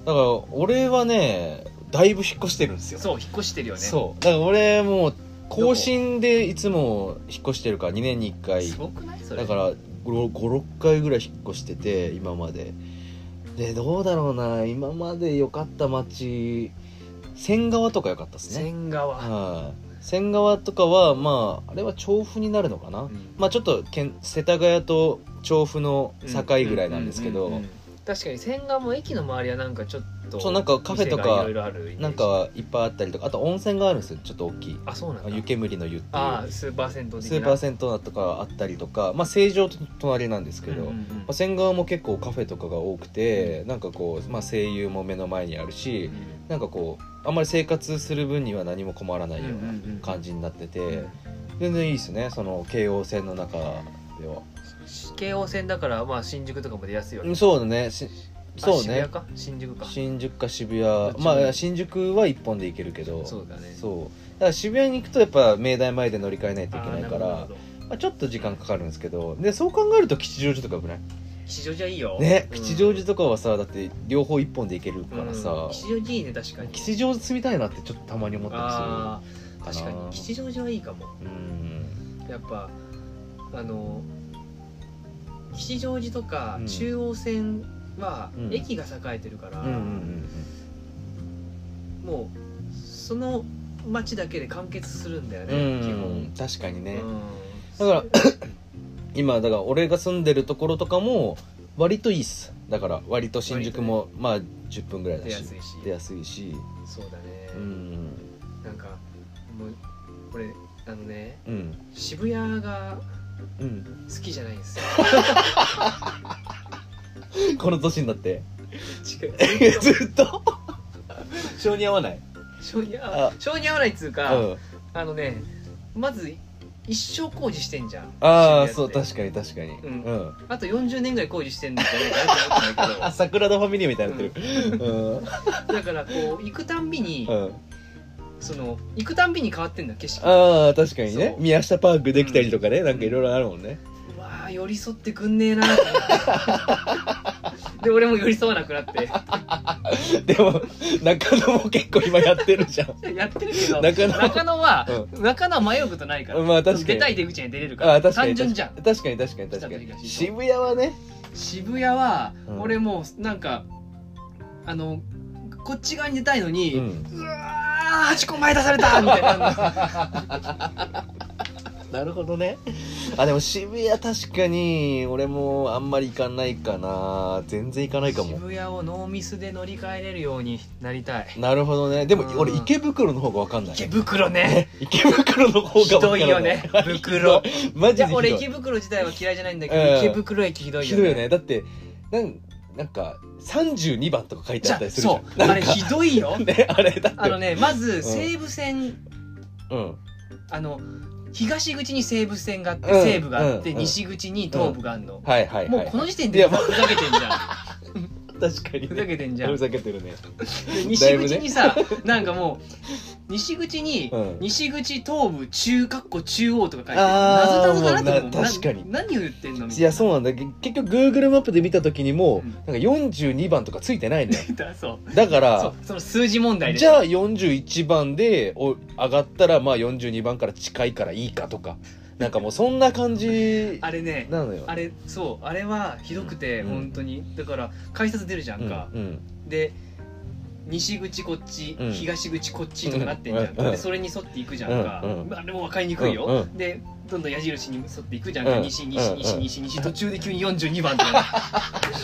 [SPEAKER 1] だから俺はねだいぶ引っ越してるんですよ
[SPEAKER 2] そう引っ越してるよね
[SPEAKER 1] そうだから俺もう更新でいつも引っ越してるから2年に1回
[SPEAKER 2] すごくないそれ
[SPEAKER 1] だから56回ぐらい引っ越してて今まででどうだろうな今まで良かった街仙川とか良かったですね
[SPEAKER 2] 線側、
[SPEAKER 1] はい仙川とかはまああれは調布になるのかな、
[SPEAKER 2] うん
[SPEAKER 1] まあちょっとけん世田谷と調布の境ぐらいなんですけ
[SPEAKER 2] ううう
[SPEAKER 1] ど
[SPEAKER 2] ん確かに線側も駅の周りはなんかちょっと
[SPEAKER 1] そうなんかカフェとか
[SPEAKER 2] 店がいろいろあるイメージ
[SPEAKER 1] なんかいっぱいあったりとかあと温泉があるんですよちょっと大きい
[SPEAKER 2] あそうなんだ
[SPEAKER 1] 湯煙の湯って
[SPEAKER 2] あ
[SPEAKER 1] い
[SPEAKER 2] あスーパー銭湯的
[SPEAKER 1] う
[SPEAKER 2] な
[SPEAKER 1] スーパー銭湯だとかあったりとかまあ成城と隣なんですけど、
[SPEAKER 2] うんうん
[SPEAKER 1] まあ、仙川も結構カフェとかが多くてなんかこう、まあ、声優も目の前にある
[SPEAKER 2] うん
[SPEAKER 1] しなんかこうあんまり生活する分には何も困らないよ
[SPEAKER 2] うんうんう
[SPEAKER 1] うんな感じになってて
[SPEAKER 2] う
[SPEAKER 1] 全然いいですねその京王線の中れは
[SPEAKER 2] 京王線だからまあ新宿とかまで安いわ
[SPEAKER 1] う
[SPEAKER 2] け
[SPEAKER 1] んそうだねしそう
[SPEAKER 2] 渋
[SPEAKER 1] ね
[SPEAKER 2] 谷か新宿か
[SPEAKER 1] 新宿か渋
[SPEAKER 2] っち
[SPEAKER 1] 谷
[SPEAKER 2] も
[SPEAKER 1] まあ新宿は一本で行けるけど
[SPEAKER 2] そうだね
[SPEAKER 1] そうだから渋谷に行くとやっぱ明大前で乗り換えないとい
[SPEAKER 2] あ
[SPEAKER 1] け
[SPEAKER 2] ー
[SPEAKER 1] ない
[SPEAKER 2] な
[SPEAKER 1] か
[SPEAKER 2] るほどなる
[SPEAKER 1] ら
[SPEAKER 2] ほど
[SPEAKER 1] まあ、ちょっと時間かかるんですけどでそう考えると吉祥寺とかよくない
[SPEAKER 2] 吉祥寺はいいよ
[SPEAKER 1] ね
[SPEAKER 2] うん
[SPEAKER 1] 吉祥寺とかはさだって両方一本で行けるから
[SPEAKER 2] う
[SPEAKER 1] さ
[SPEAKER 2] ん、吉祥寺いいね確かに
[SPEAKER 1] 吉祥寺住みたいなってちょっとたまに思ったり
[SPEAKER 2] ああ
[SPEAKER 1] す
[SPEAKER 2] 確
[SPEAKER 1] る
[SPEAKER 2] かに吉祥寺はいいかも
[SPEAKER 1] うん
[SPEAKER 2] やっぱあの吉祥寺とか
[SPEAKER 1] うん
[SPEAKER 2] 中央線は
[SPEAKER 1] うん
[SPEAKER 2] 駅が栄えてるから、
[SPEAKER 1] うんうんうん
[SPEAKER 2] もうその街だけで完結するんだよね、
[SPEAKER 1] うん
[SPEAKER 2] 基
[SPEAKER 1] うん確かにね、
[SPEAKER 2] 本、
[SPEAKER 1] だ
[SPEAKER 2] から
[SPEAKER 1] 今だから俺が住んでるところとかも割といいっすだから割と新宿も、まあ10分ぐらいだ
[SPEAKER 2] 出
[SPEAKER 1] し
[SPEAKER 2] やすいし
[SPEAKER 1] 出やすいし
[SPEAKER 2] そうだね、
[SPEAKER 1] うん
[SPEAKER 2] なんかもうこれあのね
[SPEAKER 1] うん
[SPEAKER 2] 渋谷が
[SPEAKER 1] うん
[SPEAKER 2] 好きじゃないんですよ
[SPEAKER 1] <laughs> この年になって
[SPEAKER 2] 違
[SPEAKER 1] <laughs>
[SPEAKER 2] う
[SPEAKER 1] ずっ <laughs> と性に合わない
[SPEAKER 2] 性に合
[SPEAKER 1] あ
[SPEAKER 2] わ性に合わないっつう
[SPEAKER 1] う
[SPEAKER 2] か、
[SPEAKER 1] ん
[SPEAKER 2] あのねまず一生工事してんじゃん
[SPEAKER 1] ああ
[SPEAKER 2] 渋
[SPEAKER 1] そう
[SPEAKER 2] 谷って
[SPEAKER 1] 確かに確かに
[SPEAKER 2] うん
[SPEAKER 1] うん
[SPEAKER 2] あと40年ぐらい工事してんのじゃないかなって思
[SPEAKER 1] あ
[SPEAKER 2] う
[SPEAKER 1] 桜田ファミリーみたいになってるうんうん <laughs>
[SPEAKER 2] けどだからこう行くたんびに、その行くたんびに変わってんだ景色う
[SPEAKER 1] ああ確かにね
[SPEAKER 2] そう
[SPEAKER 1] 宮下パークできたりとかねなんかいろいろあるもんね
[SPEAKER 2] わー寄り添ってくんねえなと思って
[SPEAKER 1] <laughs>
[SPEAKER 2] で俺も寄り添わなくなって
[SPEAKER 1] でも中野も結構今やってるじゃん
[SPEAKER 2] やってるけど
[SPEAKER 1] 中野
[SPEAKER 2] 中野は、中野は迷うことないから、
[SPEAKER 1] まあ確かに
[SPEAKER 2] 出たい出口に出れるから
[SPEAKER 1] あー確かに
[SPEAKER 2] 単純じゃん
[SPEAKER 1] 確かに確かに確か
[SPEAKER 2] 北と東
[SPEAKER 1] に
[SPEAKER 2] と
[SPEAKER 1] 渋谷はね
[SPEAKER 2] 渋谷は、
[SPEAKER 1] うん
[SPEAKER 2] 俺もうなんかあのこっち側に出たいのに、
[SPEAKER 1] う
[SPEAKER 2] うんわー8個前出されたみたいな
[SPEAKER 1] なるほどねあでも渋谷確かに俺もあんまり行かないかな全然行かないか
[SPEAKER 2] 渋
[SPEAKER 1] も
[SPEAKER 2] 谷をノーミスで乗り換えれるようになりたい
[SPEAKER 1] なるほどねでも
[SPEAKER 2] うん
[SPEAKER 1] 俺池袋の方が分かんない
[SPEAKER 2] 池袋ね
[SPEAKER 1] 池袋の方
[SPEAKER 2] ひ
[SPEAKER 1] が分か
[SPEAKER 2] ど
[SPEAKER 1] んない
[SPEAKER 2] い
[SPEAKER 1] <laughs>
[SPEAKER 2] よね袋
[SPEAKER 1] ひどいマ
[SPEAKER 2] い
[SPEAKER 1] ジで
[SPEAKER 2] や
[SPEAKER 1] ひどい
[SPEAKER 2] 俺池袋自体は嫌いじゃないんだけ
[SPEAKER 1] うん
[SPEAKER 2] ど池袋駅ひどい
[SPEAKER 1] ひ
[SPEAKER 2] よ
[SPEAKER 1] ど
[SPEAKER 2] ね
[SPEAKER 1] いよねだってなんなんか32番とか書いて
[SPEAKER 2] じ
[SPEAKER 1] あっ
[SPEAKER 2] ゃ
[SPEAKER 1] たりするじゃ
[SPEAKER 2] そ
[SPEAKER 1] ん
[SPEAKER 2] うあれひど
[SPEAKER 1] <laughs>
[SPEAKER 2] いよ
[SPEAKER 1] ねあれだって
[SPEAKER 2] あのねまず西武線
[SPEAKER 1] うん
[SPEAKER 2] あの東口に西武線があって
[SPEAKER 1] うん
[SPEAKER 2] 西武があっ
[SPEAKER 1] う
[SPEAKER 2] て
[SPEAKER 1] ん
[SPEAKER 2] 西口に東武があるの
[SPEAKER 1] はいはいはい
[SPEAKER 2] もうこの時点
[SPEAKER 1] い
[SPEAKER 2] で
[SPEAKER 1] や
[SPEAKER 2] ふざふざけてんじゃん
[SPEAKER 1] 確かに
[SPEAKER 2] ふざ
[SPEAKER 1] ね
[SPEAKER 2] けてんじ
[SPEAKER 1] <laughs>
[SPEAKER 2] ゃん
[SPEAKER 1] ふざけてるね
[SPEAKER 2] で
[SPEAKER 1] だ
[SPEAKER 2] 西
[SPEAKER 1] いぶね
[SPEAKER 2] 口にさ、なんかもう西口に、
[SPEAKER 1] うん
[SPEAKER 2] 西口東部中かっこ中央とか書いて
[SPEAKER 1] あー
[SPEAKER 2] なぞなぞだなと思う
[SPEAKER 1] もうな確かに
[SPEAKER 2] な何を言ってんのみた
[SPEAKER 1] い
[SPEAKER 2] いな
[SPEAKER 1] やそうなんだけ結局 Google マップで見た時にも、
[SPEAKER 2] うん
[SPEAKER 1] なんか42番とかついてないのよ
[SPEAKER 2] だそう
[SPEAKER 1] だか
[SPEAKER 2] そう
[SPEAKER 1] ら
[SPEAKER 2] その数字問題で
[SPEAKER 1] じゃあ41番でお上がったらまあ42番から近いからいいかとかなんかもうそんな感じ
[SPEAKER 2] あれね
[SPEAKER 1] なのよ
[SPEAKER 2] あれそうあれはひどくて、
[SPEAKER 1] うん
[SPEAKER 2] 本当にだから改札出るじゃんか、
[SPEAKER 1] うんうん
[SPEAKER 2] で西口こっち、
[SPEAKER 1] うん
[SPEAKER 2] 東口こっちとかなってんじゃん、
[SPEAKER 1] うんうん
[SPEAKER 2] でそれに沿っていくじゃんか、
[SPEAKER 1] うんうん
[SPEAKER 2] あれも分かりにくいよ、
[SPEAKER 1] うんうん
[SPEAKER 2] でどんどん矢印に沿っていくじゃんか、
[SPEAKER 1] うん
[SPEAKER 2] 西
[SPEAKER 1] うん
[SPEAKER 2] 西
[SPEAKER 1] うん
[SPEAKER 2] 西西西途中で急に42番とか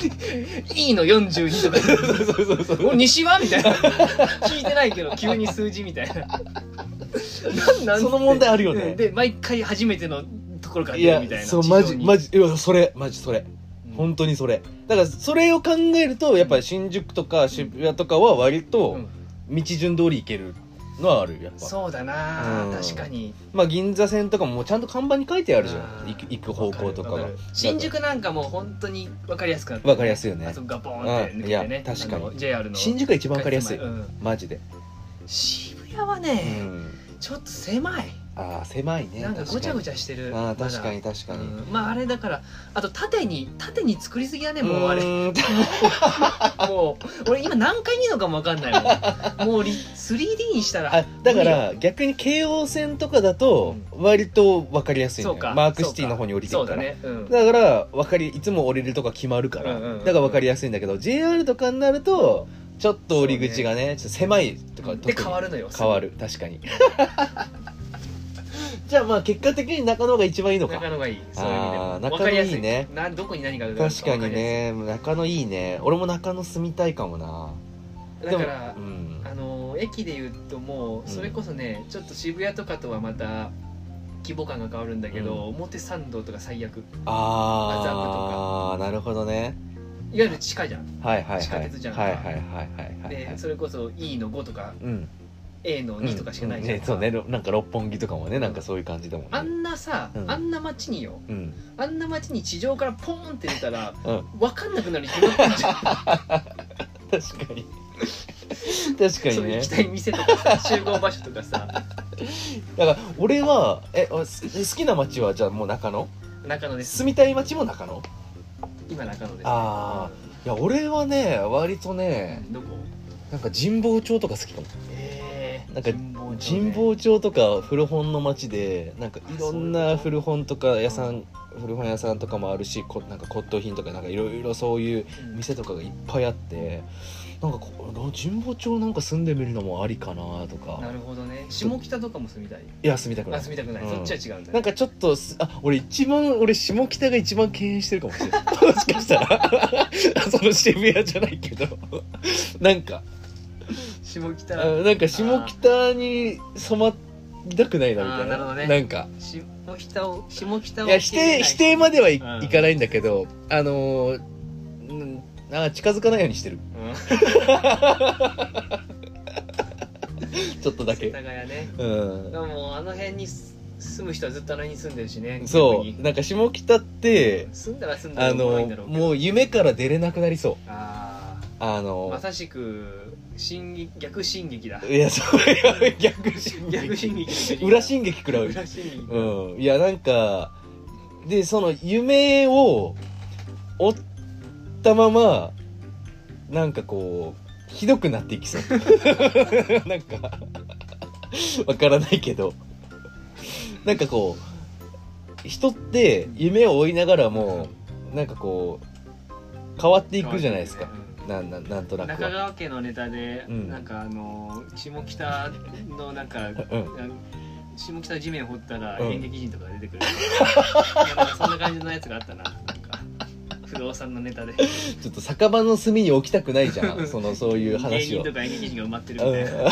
[SPEAKER 2] <laughs> E の42とか
[SPEAKER 1] そうそうそうそう
[SPEAKER 2] <laughs> 「お西は?」みたいな聞いてないけど急に数字みたいななんなん
[SPEAKER 1] その問題あるよ
[SPEAKER 2] うん
[SPEAKER 1] ね
[SPEAKER 2] で毎回初めてのところから
[SPEAKER 1] い
[SPEAKER 2] 出る
[SPEAKER 1] や
[SPEAKER 2] みたいな
[SPEAKER 1] そうマジマ
[SPEAKER 2] ジ、
[SPEAKER 1] ジいやそれマジそれ
[SPEAKER 2] うん
[SPEAKER 1] 本当にそれだからそれを考えるとやっぱ新宿とか渋谷とかは割と道順通り行けるのはあるやっぱ
[SPEAKER 2] そうだな、
[SPEAKER 1] うん
[SPEAKER 2] 確かに
[SPEAKER 1] まあ銀座線とかももうちゃんと看板に書いてあるじゃん
[SPEAKER 2] あー
[SPEAKER 1] 行く行く方向とか
[SPEAKER 2] わ
[SPEAKER 1] が
[SPEAKER 2] るわる新宿なんかもう本当に分かりやすくなった
[SPEAKER 1] わかりやすいよね
[SPEAKER 2] あそこがボーンって抜けて
[SPEAKER 1] うんいや
[SPEAKER 2] ね
[SPEAKER 1] 確かに
[SPEAKER 2] あの JR の
[SPEAKER 1] 新宿が一番わかりやすい
[SPEAKER 2] うん
[SPEAKER 1] マジで、
[SPEAKER 2] 渋谷は
[SPEAKER 1] う
[SPEAKER 2] ね、
[SPEAKER 1] ん、
[SPEAKER 2] ちょっと狭い
[SPEAKER 1] ああ狭いね
[SPEAKER 2] なんかごちゃご
[SPEAKER 1] ち
[SPEAKER 2] ちゃしてる
[SPEAKER 1] ああ確かに
[SPEAKER 2] ま
[SPEAKER 1] 確
[SPEAKER 2] だ
[SPEAKER 1] かに、
[SPEAKER 2] うんまああれだからあと縦に縦に作りすぎだねもうあれも
[SPEAKER 1] ーん
[SPEAKER 2] うもう俺今何回見るのかも分かんないもんもうリ 3D にしたら
[SPEAKER 1] あだから逆に京王線とかだと割と分かりやすい
[SPEAKER 2] そ
[SPEAKER 1] の
[SPEAKER 2] う
[SPEAKER 1] よ
[SPEAKER 2] か
[SPEAKER 1] マークシティの方に降りて
[SPEAKER 2] そ
[SPEAKER 1] く
[SPEAKER 2] う
[SPEAKER 1] か
[SPEAKER 2] だ
[SPEAKER 1] ら
[SPEAKER 2] ねうん
[SPEAKER 1] だから分かりいつも降りるとか決まるから、
[SPEAKER 2] うんうんうん
[SPEAKER 1] だから分かりやすいんだけど JR とかになるとちょっと降り口がねちょっと狭いとか
[SPEAKER 2] で変わ
[SPEAKER 1] る
[SPEAKER 2] るのよ
[SPEAKER 1] 変わる確
[SPEAKER 2] <laughs>
[SPEAKER 1] かにじゃあまあ結果的に中野が一番いいのか
[SPEAKER 2] 中野がいいそういう意味で
[SPEAKER 1] あー
[SPEAKER 2] も
[SPEAKER 1] 中野
[SPEAKER 2] 分かりやす
[SPEAKER 1] いいね
[SPEAKER 2] などこに何があるか
[SPEAKER 1] 確かに
[SPEAKER 2] 分りやすい
[SPEAKER 1] ね中野いいね俺も中野住みたいかもな
[SPEAKER 2] だから
[SPEAKER 1] でも、うん、
[SPEAKER 2] あのー駅で言うと
[SPEAKER 1] ん
[SPEAKER 2] もうそれこそね、ちょっと渋谷とかとはまた規模感が変わるんだけど、表参道とか最悪いわ
[SPEAKER 1] ああなるほどね
[SPEAKER 2] ゆる地下じゃん、
[SPEAKER 1] はいはいはい
[SPEAKER 2] 地下鉄じゃん
[SPEAKER 1] はいはいはいはいはいはい
[SPEAKER 2] でそれこそ E の5とか
[SPEAKER 1] うん
[SPEAKER 2] A の2とかしかないじゃん、
[SPEAKER 1] うんねそうねろなんか六本木とかもねなんかそういう感じだもんね
[SPEAKER 2] あんなさ、
[SPEAKER 1] うん
[SPEAKER 2] あんな街によ <laughs>
[SPEAKER 1] うん
[SPEAKER 2] あんな街に地上からポーンって出たら
[SPEAKER 1] うん
[SPEAKER 2] 分かんなくなるに決まって
[SPEAKER 1] <laughs>
[SPEAKER 2] んじゃん
[SPEAKER 1] 確かに確か
[SPEAKER 2] そ
[SPEAKER 1] に
[SPEAKER 2] ういう
[SPEAKER 1] ね
[SPEAKER 2] 行きたい店とかさ集合場所とかさ
[SPEAKER 1] だから俺はえおす好きな街はじゃあもう中野
[SPEAKER 2] 中野です
[SPEAKER 1] 住みたい街も中野
[SPEAKER 2] 今中野です
[SPEAKER 1] あいや俺はね割とね
[SPEAKER 2] どこ
[SPEAKER 1] なんか神保町とか好きかも
[SPEAKER 2] えー、
[SPEAKER 1] なんか
[SPEAKER 2] 神保町ね
[SPEAKER 1] 神保町とか古本の街でなんかいろんな古本とか屋さん古本屋さんとかもあるしこなんか骨董品とかなんかいろいろそういう
[SPEAKER 2] うん
[SPEAKER 1] 店とかがいっぱいあってなんかこ神保町なんか住んでみるのもありかなと
[SPEAKER 2] な
[SPEAKER 1] か
[SPEAKER 2] るほどね下北とかも住みたい
[SPEAKER 1] いや住みたくな
[SPEAKER 2] あ
[SPEAKER 1] い
[SPEAKER 2] 住みたくない、
[SPEAKER 1] うん
[SPEAKER 2] そっちは違うんだ
[SPEAKER 1] なんかちょっとすあ俺一番俺下北が一番敬遠してるかもしれないもしかしたら <laughs> その渋谷じゃないけど <laughs> なんか
[SPEAKER 2] 下北
[SPEAKER 1] あなんか下北に染まりたくないなみた
[SPEAKER 2] あー
[SPEAKER 1] い
[SPEAKER 2] な
[SPEAKER 1] な
[SPEAKER 2] るほどね
[SPEAKER 1] なんか
[SPEAKER 2] 下北を下北を
[SPEAKER 1] いや否定否定まではい
[SPEAKER 2] うん
[SPEAKER 1] いかないんだけどあのーうんあー近づかないようにしてる
[SPEAKER 2] うん
[SPEAKER 1] ちょっとだ
[SPEAKER 2] 世
[SPEAKER 1] け
[SPEAKER 2] 田谷ね
[SPEAKER 1] うん
[SPEAKER 2] でもあの辺にす住む人はずっとあの辺に住んでるしね
[SPEAKER 1] そう
[SPEAKER 2] 逆
[SPEAKER 1] なんか下北って
[SPEAKER 2] に住んだら住んだ
[SPEAKER 1] あ
[SPEAKER 2] らもうい
[SPEAKER 1] の
[SPEAKER 2] んだろうけど
[SPEAKER 1] もう夢から出れなくなりそう
[SPEAKER 2] あ
[SPEAKER 1] あ
[SPEAKER 2] あ
[SPEAKER 1] の
[SPEAKER 2] まさしく進撃逆進撃だ
[SPEAKER 1] いやそういう <laughs> 逆進
[SPEAKER 2] 逆
[SPEAKER 1] 撃
[SPEAKER 2] 進撃
[SPEAKER 1] 裏進撃食らう
[SPEAKER 2] 裏進撃
[SPEAKER 1] うんいやなんかでその夢を追ったままなんかこうひどくなっていきそう <laughs> なんかわからないけどなんかこう人って夢を追いながらもなんかこう変わっていくじゃないですか、なんなんなんと
[SPEAKER 2] う
[SPEAKER 1] なんく
[SPEAKER 2] 中
[SPEAKER 1] は。
[SPEAKER 2] 川家のネタで、
[SPEAKER 1] うん
[SPEAKER 2] なんかあの下北のなんか
[SPEAKER 1] うん、
[SPEAKER 2] 下北地面掘ったら
[SPEAKER 1] うん
[SPEAKER 2] 演劇人とか出
[SPEAKER 1] <laughs>
[SPEAKER 2] てくる、なんかそんな感じのやつがあったななんか不動産のネタで
[SPEAKER 1] ちょっと酒場の隅に置きたくないじゃんそのそういう
[SPEAKER 2] 芸
[SPEAKER 1] 話
[SPEAKER 2] 人
[SPEAKER 1] を
[SPEAKER 2] と。か演劇人が埋まってる
[SPEAKER 1] う
[SPEAKER 2] み
[SPEAKER 1] ん
[SPEAKER 2] たいな、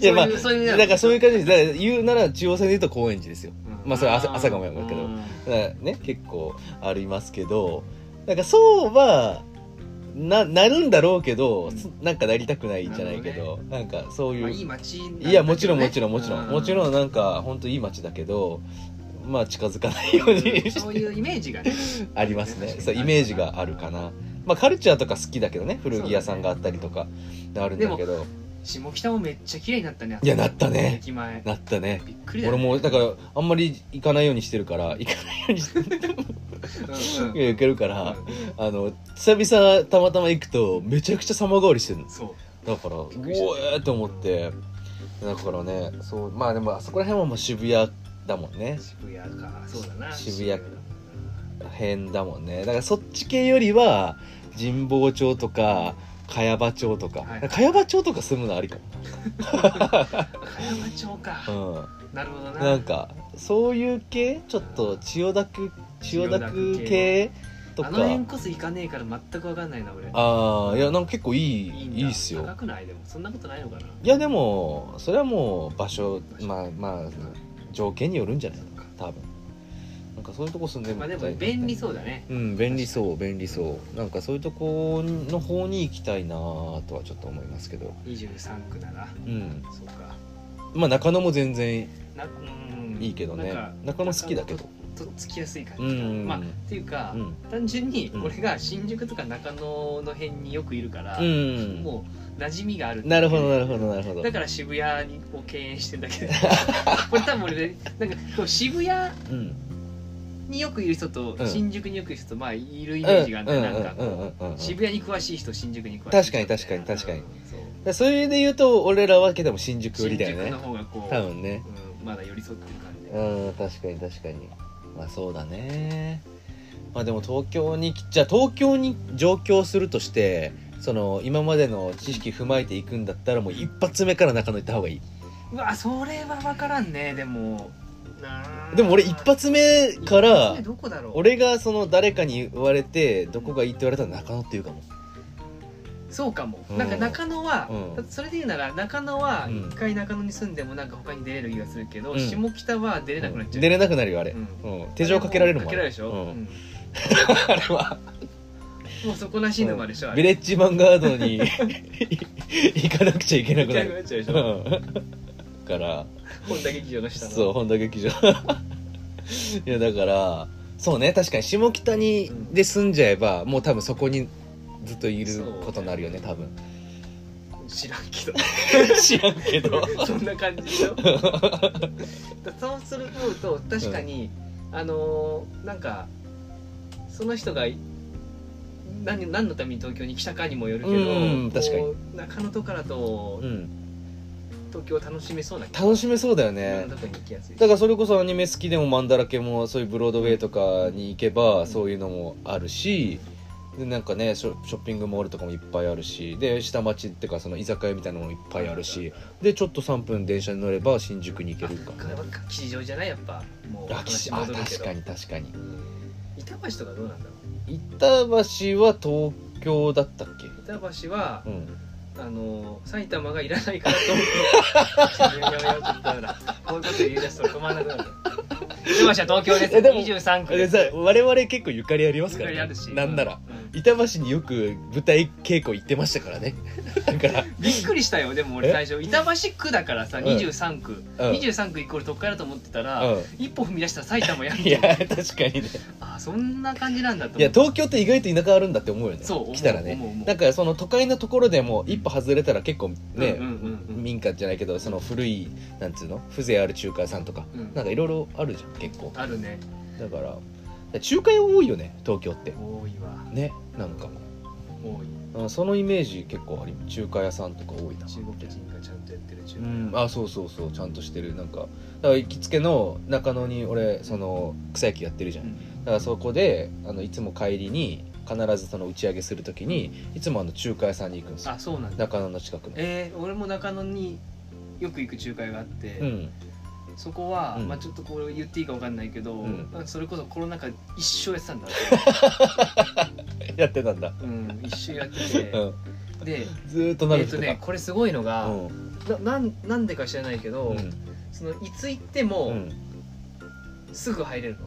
[SPEAKER 1] いやまあ
[SPEAKER 2] そういうそういう意味なの
[SPEAKER 1] だからそういう感じですだから言うなら中央線で言うと高円寺ですよまあそれ朝朝かもやるけど
[SPEAKER 2] うん
[SPEAKER 1] だからね結構ありますけどなんかそうはななるんだろうけどすなんかなりたくないじゃないけどなんかそういう、
[SPEAKER 2] まあいい街なんだけどね
[SPEAKER 1] いやもちろんもちろんもちろん
[SPEAKER 2] う
[SPEAKER 1] もちろんなんか本当いい街だけどまあ近づかないように
[SPEAKER 2] そういうイメージがね
[SPEAKER 1] ありますねそうイメージがあるかなまあカルチャーとか好きだけどね古着屋さんがあったりとかあるんだけど
[SPEAKER 2] 下北もめっちゃ綺麗になったね
[SPEAKER 1] いやなったね
[SPEAKER 2] 駅前
[SPEAKER 1] なったね
[SPEAKER 2] びっくりだ、ね、
[SPEAKER 1] 俺もだからあんまり行かないようにしてるから行かないようにして
[SPEAKER 2] うんうん
[SPEAKER 1] 行けるから、あの久々たまたま行くとめちゃくちゃ様変わりしてるの
[SPEAKER 2] そう
[SPEAKER 1] だからう
[SPEAKER 2] びっくりした
[SPEAKER 1] おえーって思ってだからねそうまあでもあそこら辺はもう渋谷だもんね
[SPEAKER 2] 渋谷かそうだな
[SPEAKER 1] 渋谷辺だもんねだからそっち系よりは神保町とか茅場町とか、
[SPEAKER 2] はい
[SPEAKER 1] 茅場町とか住むのありか
[SPEAKER 2] 茅場町か、
[SPEAKER 1] も、うん、
[SPEAKER 2] なるほどな
[SPEAKER 1] なんかそういう系ちょっと千代田区千代田区系とか
[SPEAKER 2] あの辺こそ行かねえから全くわかんないな俺
[SPEAKER 1] ああいやなんか結構いいい
[SPEAKER 2] んだ
[SPEAKER 1] いっすよ
[SPEAKER 2] 高くないでもそんなことないのかない
[SPEAKER 1] やでもそれはもう場所まあまあ条件によるんじゃないのか多分なんかそういうとこ住んでみ
[SPEAKER 2] ま
[SPEAKER 1] た
[SPEAKER 2] あ
[SPEAKER 1] い
[SPEAKER 2] で
[SPEAKER 1] な
[SPEAKER 2] も便利そうだね
[SPEAKER 1] うん便利そう便利そうなんかそういうとこの方に行きたいなとはちょっと思いますけど
[SPEAKER 2] 23区なら
[SPEAKER 1] うん
[SPEAKER 2] そうか
[SPEAKER 1] まあ中野も全然
[SPEAKER 2] なうん
[SPEAKER 1] いいけどね
[SPEAKER 2] なんか
[SPEAKER 1] 中野好きだけど
[SPEAKER 2] とっつきやすい感
[SPEAKER 1] う
[SPEAKER 2] じか
[SPEAKER 1] ん
[SPEAKER 2] まあっていうか、
[SPEAKER 1] うん
[SPEAKER 2] 単純に
[SPEAKER 1] うん
[SPEAKER 2] 俺が新宿とか中野の辺によくいるから、
[SPEAKER 1] うん
[SPEAKER 2] もう馴染みがある
[SPEAKER 1] なるほどなるほどなるほど
[SPEAKER 2] だから渋谷にを敬遠してん
[SPEAKER 1] <laughs>
[SPEAKER 2] だけどこれ多分俺ねなんかこう渋谷
[SPEAKER 1] うん
[SPEAKER 2] によくいる人と
[SPEAKER 1] うん
[SPEAKER 2] 新宿によくいる人とまあいるイメージがあるんだよなんか
[SPEAKER 1] うんうんうん
[SPEAKER 2] こ
[SPEAKER 1] うんうん
[SPEAKER 2] う渋谷に詳しい人新宿に詳しい
[SPEAKER 1] 確かに
[SPEAKER 2] 人
[SPEAKER 1] 確かに確かに
[SPEAKER 2] うんそ
[SPEAKER 1] だ
[SPEAKER 2] う
[SPEAKER 1] からそういうで言うと俺らはけでも新宿寄り
[SPEAKER 2] 新
[SPEAKER 1] だよ
[SPEAKER 2] 宿
[SPEAKER 1] ね
[SPEAKER 2] の方がこう
[SPEAKER 1] 多分ね
[SPEAKER 2] うんまだ寄り添ってる感じ
[SPEAKER 1] うん確かに確かにまあそうだねまあでも東京にじゃあ東京に上京するとしてその今までの知識踏まえていくんだったらもう一発目から中野行った方がいいう
[SPEAKER 2] わそれは分からんねでもなあ
[SPEAKER 1] でも俺一発目か
[SPEAKER 2] 一発
[SPEAKER 1] ら
[SPEAKER 2] 目どこだろう
[SPEAKER 1] 俺がその誰かに言われてどこがいいって言われたら中野って言うかも
[SPEAKER 2] そうかも、
[SPEAKER 1] うん
[SPEAKER 2] なんか中野は、
[SPEAKER 1] うん
[SPEAKER 2] それで言うなら中野は
[SPEAKER 1] うん
[SPEAKER 2] 一回中野に住んでもなんか他に出れる気がするけど、
[SPEAKER 1] うん
[SPEAKER 2] 下北は出れなくなっちゃう、
[SPEAKER 1] 出れなくなるよあれ
[SPEAKER 2] う、ん
[SPEAKER 1] <laughs> うん手錠かけられるもん
[SPEAKER 2] かけられるでしょ、
[SPEAKER 1] う
[SPEAKER 2] うんん
[SPEAKER 1] あれは
[SPEAKER 2] もう底なし沼でしょ、
[SPEAKER 1] ヴ
[SPEAKER 2] あ
[SPEAKER 1] ィ
[SPEAKER 2] れ
[SPEAKER 1] レッジヴァンガードに <laughs> 行かなくちゃいけなくな
[SPEAKER 2] 痛く
[SPEAKER 1] る
[SPEAKER 2] なっちゃうでし
[SPEAKER 1] う
[SPEAKER 2] ょ
[SPEAKER 1] んから
[SPEAKER 2] <laughs> 本田劇場の下の
[SPEAKER 1] そう本田劇場いやだからそうね確かに下北に
[SPEAKER 2] うん
[SPEAKER 1] で住んじゃえばもう多分そこにずっとい
[SPEAKER 2] そ
[SPEAKER 1] る
[SPEAKER 2] うね
[SPEAKER 1] ことになるよね多分
[SPEAKER 2] 知らんけ
[SPEAKER 1] 知らんけ
[SPEAKER 2] <laughs>
[SPEAKER 1] ど
[SPEAKER 2] ど <laughs> そんな感じ
[SPEAKER 1] <laughs>
[SPEAKER 2] でしょだそうすると確かに、あのーなんかその人が何何のために東京に来たかにもよるけど、
[SPEAKER 1] うん確かに
[SPEAKER 2] こう中野とかだと
[SPEAKER 1] うん
[SPEAKER 2] 東京楽しめそうな気が
[SPEAKER 1] 楽しめそうだよ
[SPEAKER 2] いろ
[SPEAKER 1] ね
[SPEAKER 2] んなとこに行きやすいし
[SPEAKER 1] だからそれこそアニメ好きでもマンだらけもそういうブロードウェイとかに行けばそういうのもあるしでなんかねショショッピングモールとかもいっぱいあるしで下町っていうかその居酒屋みたいなのもいっぱいあるしでちょっと3分電車に乗れば新宿に行けるからね
[SPEAKER 2] あ吉祥じゃないやっぱもう
[SPEAKER 1] あ
[SPEAKER 2] 話
[SPEAKER 1] あ
[SPEAKER 2] 戻るけ
[SPEAKER 1] 確
[SPEAKER 2] ど
[SPEAKER 1] かに確かに
[SPEAKER 2] 板橋とかどうなんだろ
[SPEAKER 1] 板橋は東京だったっけ
[SPEAKER 2] う板橋は、
[SPEAKER 1] うん
[SPEAKER 2] あのー埼玉がいらないから東京やめようやめようちょっとダメだこういうこと言い出すと止まら
[SPEAKER 1] <laughs>
[SPEAKER 2] なくなる板橋は東京です
[SPEAKER 1] えでも
[SPEAKER 2] 23区
[SPEAKER 1] で
[SPEAKER 2] です
[SPEAKER 1] さ我々結構ゆかりありますから
[SPEAKER 2] ゆかり
[SPEAKER 1] ね
[SPEAKER 2] あるし
[SPEAKER 1] なんなら
[SPEAKER 2] うん
[SPEAKER 1] 板橋によく舞台稽古行ってましたからねだから
[SPEAKER 2] びっくりしたよでも
[SPEAKER 1] え
[SPEAKER 2] 俺最初板橋区だからさ
[SPEAKER 1] うん
[SPEAKER 2] 23区、23区イコール特会だと思ってたら、
[SPEAKER 1] う
[SPEAKER 2] 一歩踏み出したら埼玉やん
[SPEAKER 1] んいや確かにね
[SPEAKER 2] あそんな感じなんだと思
[SPEAKER 1] いや東京って意外と田舎あるんだって思うよね
[SPEAKER 2] そう思う
[SPEAKER 1] 来たらね
[SPEAKER 2] 思う思う
[SPEAKER 1] なんかその都会のところでも一歩外れたら結構ね、
[SPEAKER 2] うんうんうんうん
[SPEAKER 1] 民家じゃないけどその古いなんつうの風情ある中華屋さんとか、
[SPEAKER 2] うん
[SPEAKER 1] なんかいろいろあるじゃん結構
[SPEAKER 2] あるね
[SPEAKER 1] だから中華屋多いよね東京って
[SPEAKER 2] 多いわ
[SPEAKER 1] ねなんか
[SPEAKER 2] 多い
[SPEAKER 1] あそのイメージ結構あり中華屋さんとか多いな
[SPEAKER 2] 中国人がちゃんとやってる中
[SPEAKER 1] う
[SPEAKER 2] 華、
[SPEAKER 1] んあそうそうそうちゃんとしてるなんかだから行きつけの中野に俺その草野球やってるじゃん、だからそこであのいつも帰りに必ずその打ち上げするときにいつもあの中華屋さんに行くんですよ
[SPEAKER 2] あそうなんだ
[SPEAKER 1] 中野の近くの
[SPEAKER 2] えー、俺も中野によく行く中華屋があって、
[SPEAKER 1] うん
[SPEAKER 2] そこは、
[SPEAKER 1] うん
[SPEAKER 2] まあ、ちょっとこれ言っていいかわかんないけど、
[SPEAKER 1] うん
[SPEAKER 2] まあそれこそコロナ禍一生やってた
[SPEAKER 1] <laughs>
[SPEAKER 2] んだ、
[SPEAKER 1] やってたんだ、
[SPEAKER 2] うん、一生やって
[SPEAKER 1] うん、
[SPEAKER 2] てで
[SPEAKER 1] ずーっと
[SPEAKER 2] え
[SPEAKER 1] なる
[SPEAKER 2] っとねこれすごいのが、ななんなんでか知らないけど、
[SPEAKER 1] うん
[SPEAKER 2] そのいつ行って
[SPEAKER 1] う
[SPEAKER 2] も
[SPEAKER 1] ん
[SPEAKER 2] すぐ入れるの、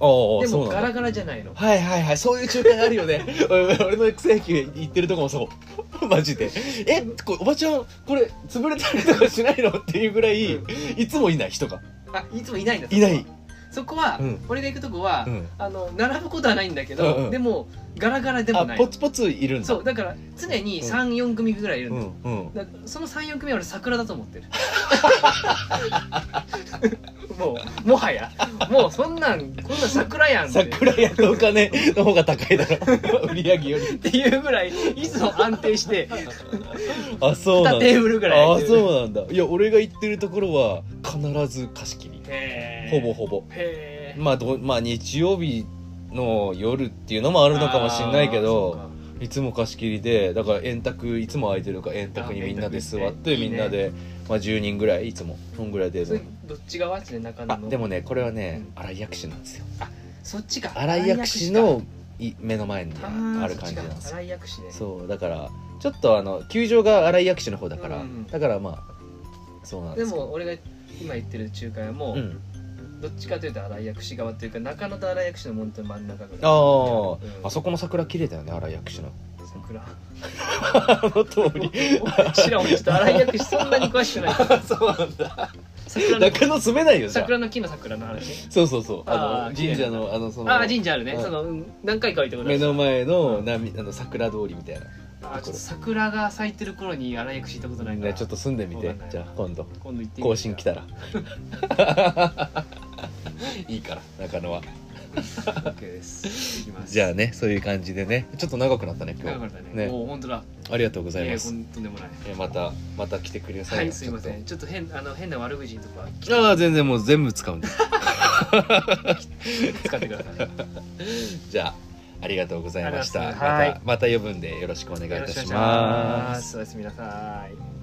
[SPEAKER 1] おーおー
[SPEAKER 2] で
[SPEAKER 1] そ
[SPEAKER 2] も
[SPEAKER 1] うな
[SPEAKER 2] ガ
[SPEAKER 1] んだ
[SPEAKER 2] ラガラじゃないの
[SPEAKER 1] はいはいはいそういう中華屋あるよ <laughs> ね俺俺の草野球行ってるとこもそう <laughs> <laughs> マジでえこおばちゃんこれ潰れたりとかしないのっていうぐらい、
[SPEAKER 2] うん
[SPEAKER 1] いつもいない人が
[SPEAKER 2] あいつもいないんだ
[SPEAKER 1] いない
[SPEAKER 2] そこは、
[SPEAKER 1] うん
[SPEAKER 2] 俺が行くとこは、
[SPEAKER 1] うん
[SPEAKER 2] あの並ぶことはないんだけど、
[SPEAKER 1] うんうん
[SPEAKER 2] でもガラガラでも
[SPEAKER 1] あ
[SPEAKER 2] ない
[SPEAKER 1] ポツポツいるんだ
[SPEAKER 2] そうだから常に
[SPEAKER 1] うん
[SPEAKER 2] 34組ぐらいいる
[SPEAKER 1] うん
[SPEAKER 2] だ,、
[SPEAKER 1] んうん
[SPEAKER 2] だその34組は俺桜だと
[SPEAKER 1] <laughs>
[SPEAKER 2] 思ってるもうもはやもうそんなんこんなん桜やんって
[SPEAKER 1] 桜屋のお金の方が高い
[SPEAKER 2] <laughs>
[SPEAKER 1] だろ売り上げより
[SPEAKER 2] っていうぐらいいつも安定して
[SPEAKER 1] あそうな
[SPEAKER 2] 2
[SPEAKER 1] んだ
[SPEAKER 2] テーブルぐらい
[SPEAKER 1] あそうなんだいや俺が行ってるところは必ず貸し切り
[SPEAKER 2] へ
[SPEAKER 1] ほ
[SPEAKER 2] ー
[SPEAKER 1] ぼほぼ
[SPEAKER 2] へえ
[SPEAKER 1] まあどまあ日曜日の夜っていうのもあるのかもしれないけどいつも貸し切りでだから円卓いつも空いてるから円卓にみんなで座って
[SPEAKER 2] あ円卓行っていい
[SPEAKER 1] み
[SPEAKER 2] ね
[SPEAKER 1] んなで、まあ、10人ぐらいいつもそんぐらいで
[SPEAKER 2] それどっち側っすね中野
[SPEAKER 1] あ
[SPEAKER 2] の
[SPEAKER 1] でもねこれはね
[SPEAKER 2] う
[SPEAKER 1] 新井薬師なんですよ
[SPEAKER 2] そっちか
[SPEAKER 1] 新井薬師のい目の前に
[SPEAKER 2] 新井薬師か
[SPEAKER 1] ある感じなんですよ
[SPEAKER 2] あーそっちか新井薬師ね
[SPEAKER 1] そうだからちょっとあの球場が新井薬師の方だから、
[SPEAKER 2] うん
[SPEAKER 1] だからまあそうなんで
[SPEAKER 2] です
[SPEAKER 1] けど
[SPEAKER 2] も俺が今言ってる中華屋も、
[SPEAKER 1] うん、
[SPEAKER 2] どっちかというと新井薬師側というか中野と新井薬師の門と真ん中ぐらい
[SPEAKER 1] あー、
[SPEAKER 2] うん
[SPEAKER 1] あそこの桜綺麗だよね新井薬師
[SPEAKER 2] <laughs>
[SPEAKER 1] の
[SPEAKER 2] 桜
[SPEAKER 1] あの通り
[SPEAKER 2] 知らん俺ちょっと新井薬師そんなに詳しくない
[SPEAKER 1] <laughs> そうなんだ
[SPEAKER 2] 桜の
[SPEAKER 1] 中野住めないよじゃあ
[SPEAKER 2] 桜の木の桜の話
[SPEAKER 1] そうそうそうあ
[SPEAKER 2] あ
[SPEAKER 1] の
[SPEAKER 2] ー
[SPEAKER 1] 神社のあのその
[SPEAKER 2] ああ神社あるね、
[SPEAKER 1] うん
[SPEAKER 2] そのうん何回か行ったことあ
[SPEAKER 1] 目
[SPEAKER 2] る
[SPEAKER 1] の前のなみあの桜通りみたいな
[SPEAKER 2] あーちょっと桜が咲いてる頃に新井薬師行ったことないから
[SPEAKER 1] ねちょっと住んでみ
[SPEAKER 2] わ
[SPEAKER 1] て
[SPEAKER 2] かんない
[SPEAKER 1] じゃあ今度
[SPEAKER 2] 今度行ってみよう
[SPEAKER 1] 更新来た
[SPEAKER 2] <laughs>
[SPEAKER 1] ら <laughs> いいから中野は
[SPEAKER 2] OK です行きます
[SPEAKER 1] じゃあねそういう感じでねちょっと長くなったね今
[SPEAKER 2] 長かっ
[SPEAKER 1] 日
[SPEAKER 2] たね
[SPEAKER 1] ね
[SPEAKER 2] もう本当だ
[SPEAKER 1] ありがとうございます
[SPEAKER 2] ややとんでもない
[SPEAKER 1] えまたまた来てくれさ
[SPEAKER 2] はいい
[SPEAKER 1] な
[SPEAKER 2] すいませんちょっと変あの変な悪口のとか
[SPEAKER 1] ちょっとああ全然もう全部使うんだ <laughs>
[SPEAKER 2] 使ってください
[SPEAKER 1] じゃあありがとうございました
[SPEAKER 2] あ
[SPEAKER 1] ま
[SPEAKER 2] りがとうございま
[SPEAKER 1] <laughs>
[SPEAKER 2] す
[SPEAKER 1] たまた呼ぶんでよろしくお願いい
[SPEAKER 2] よ
[SPEAKER 1] た
[SPEAKER 2] ろしく
[SPEAKER 1] し
[SPEAKER 2] お願いし
[SPEAKER 1] ま
[SPEAKER 2] ますすおやすみなさい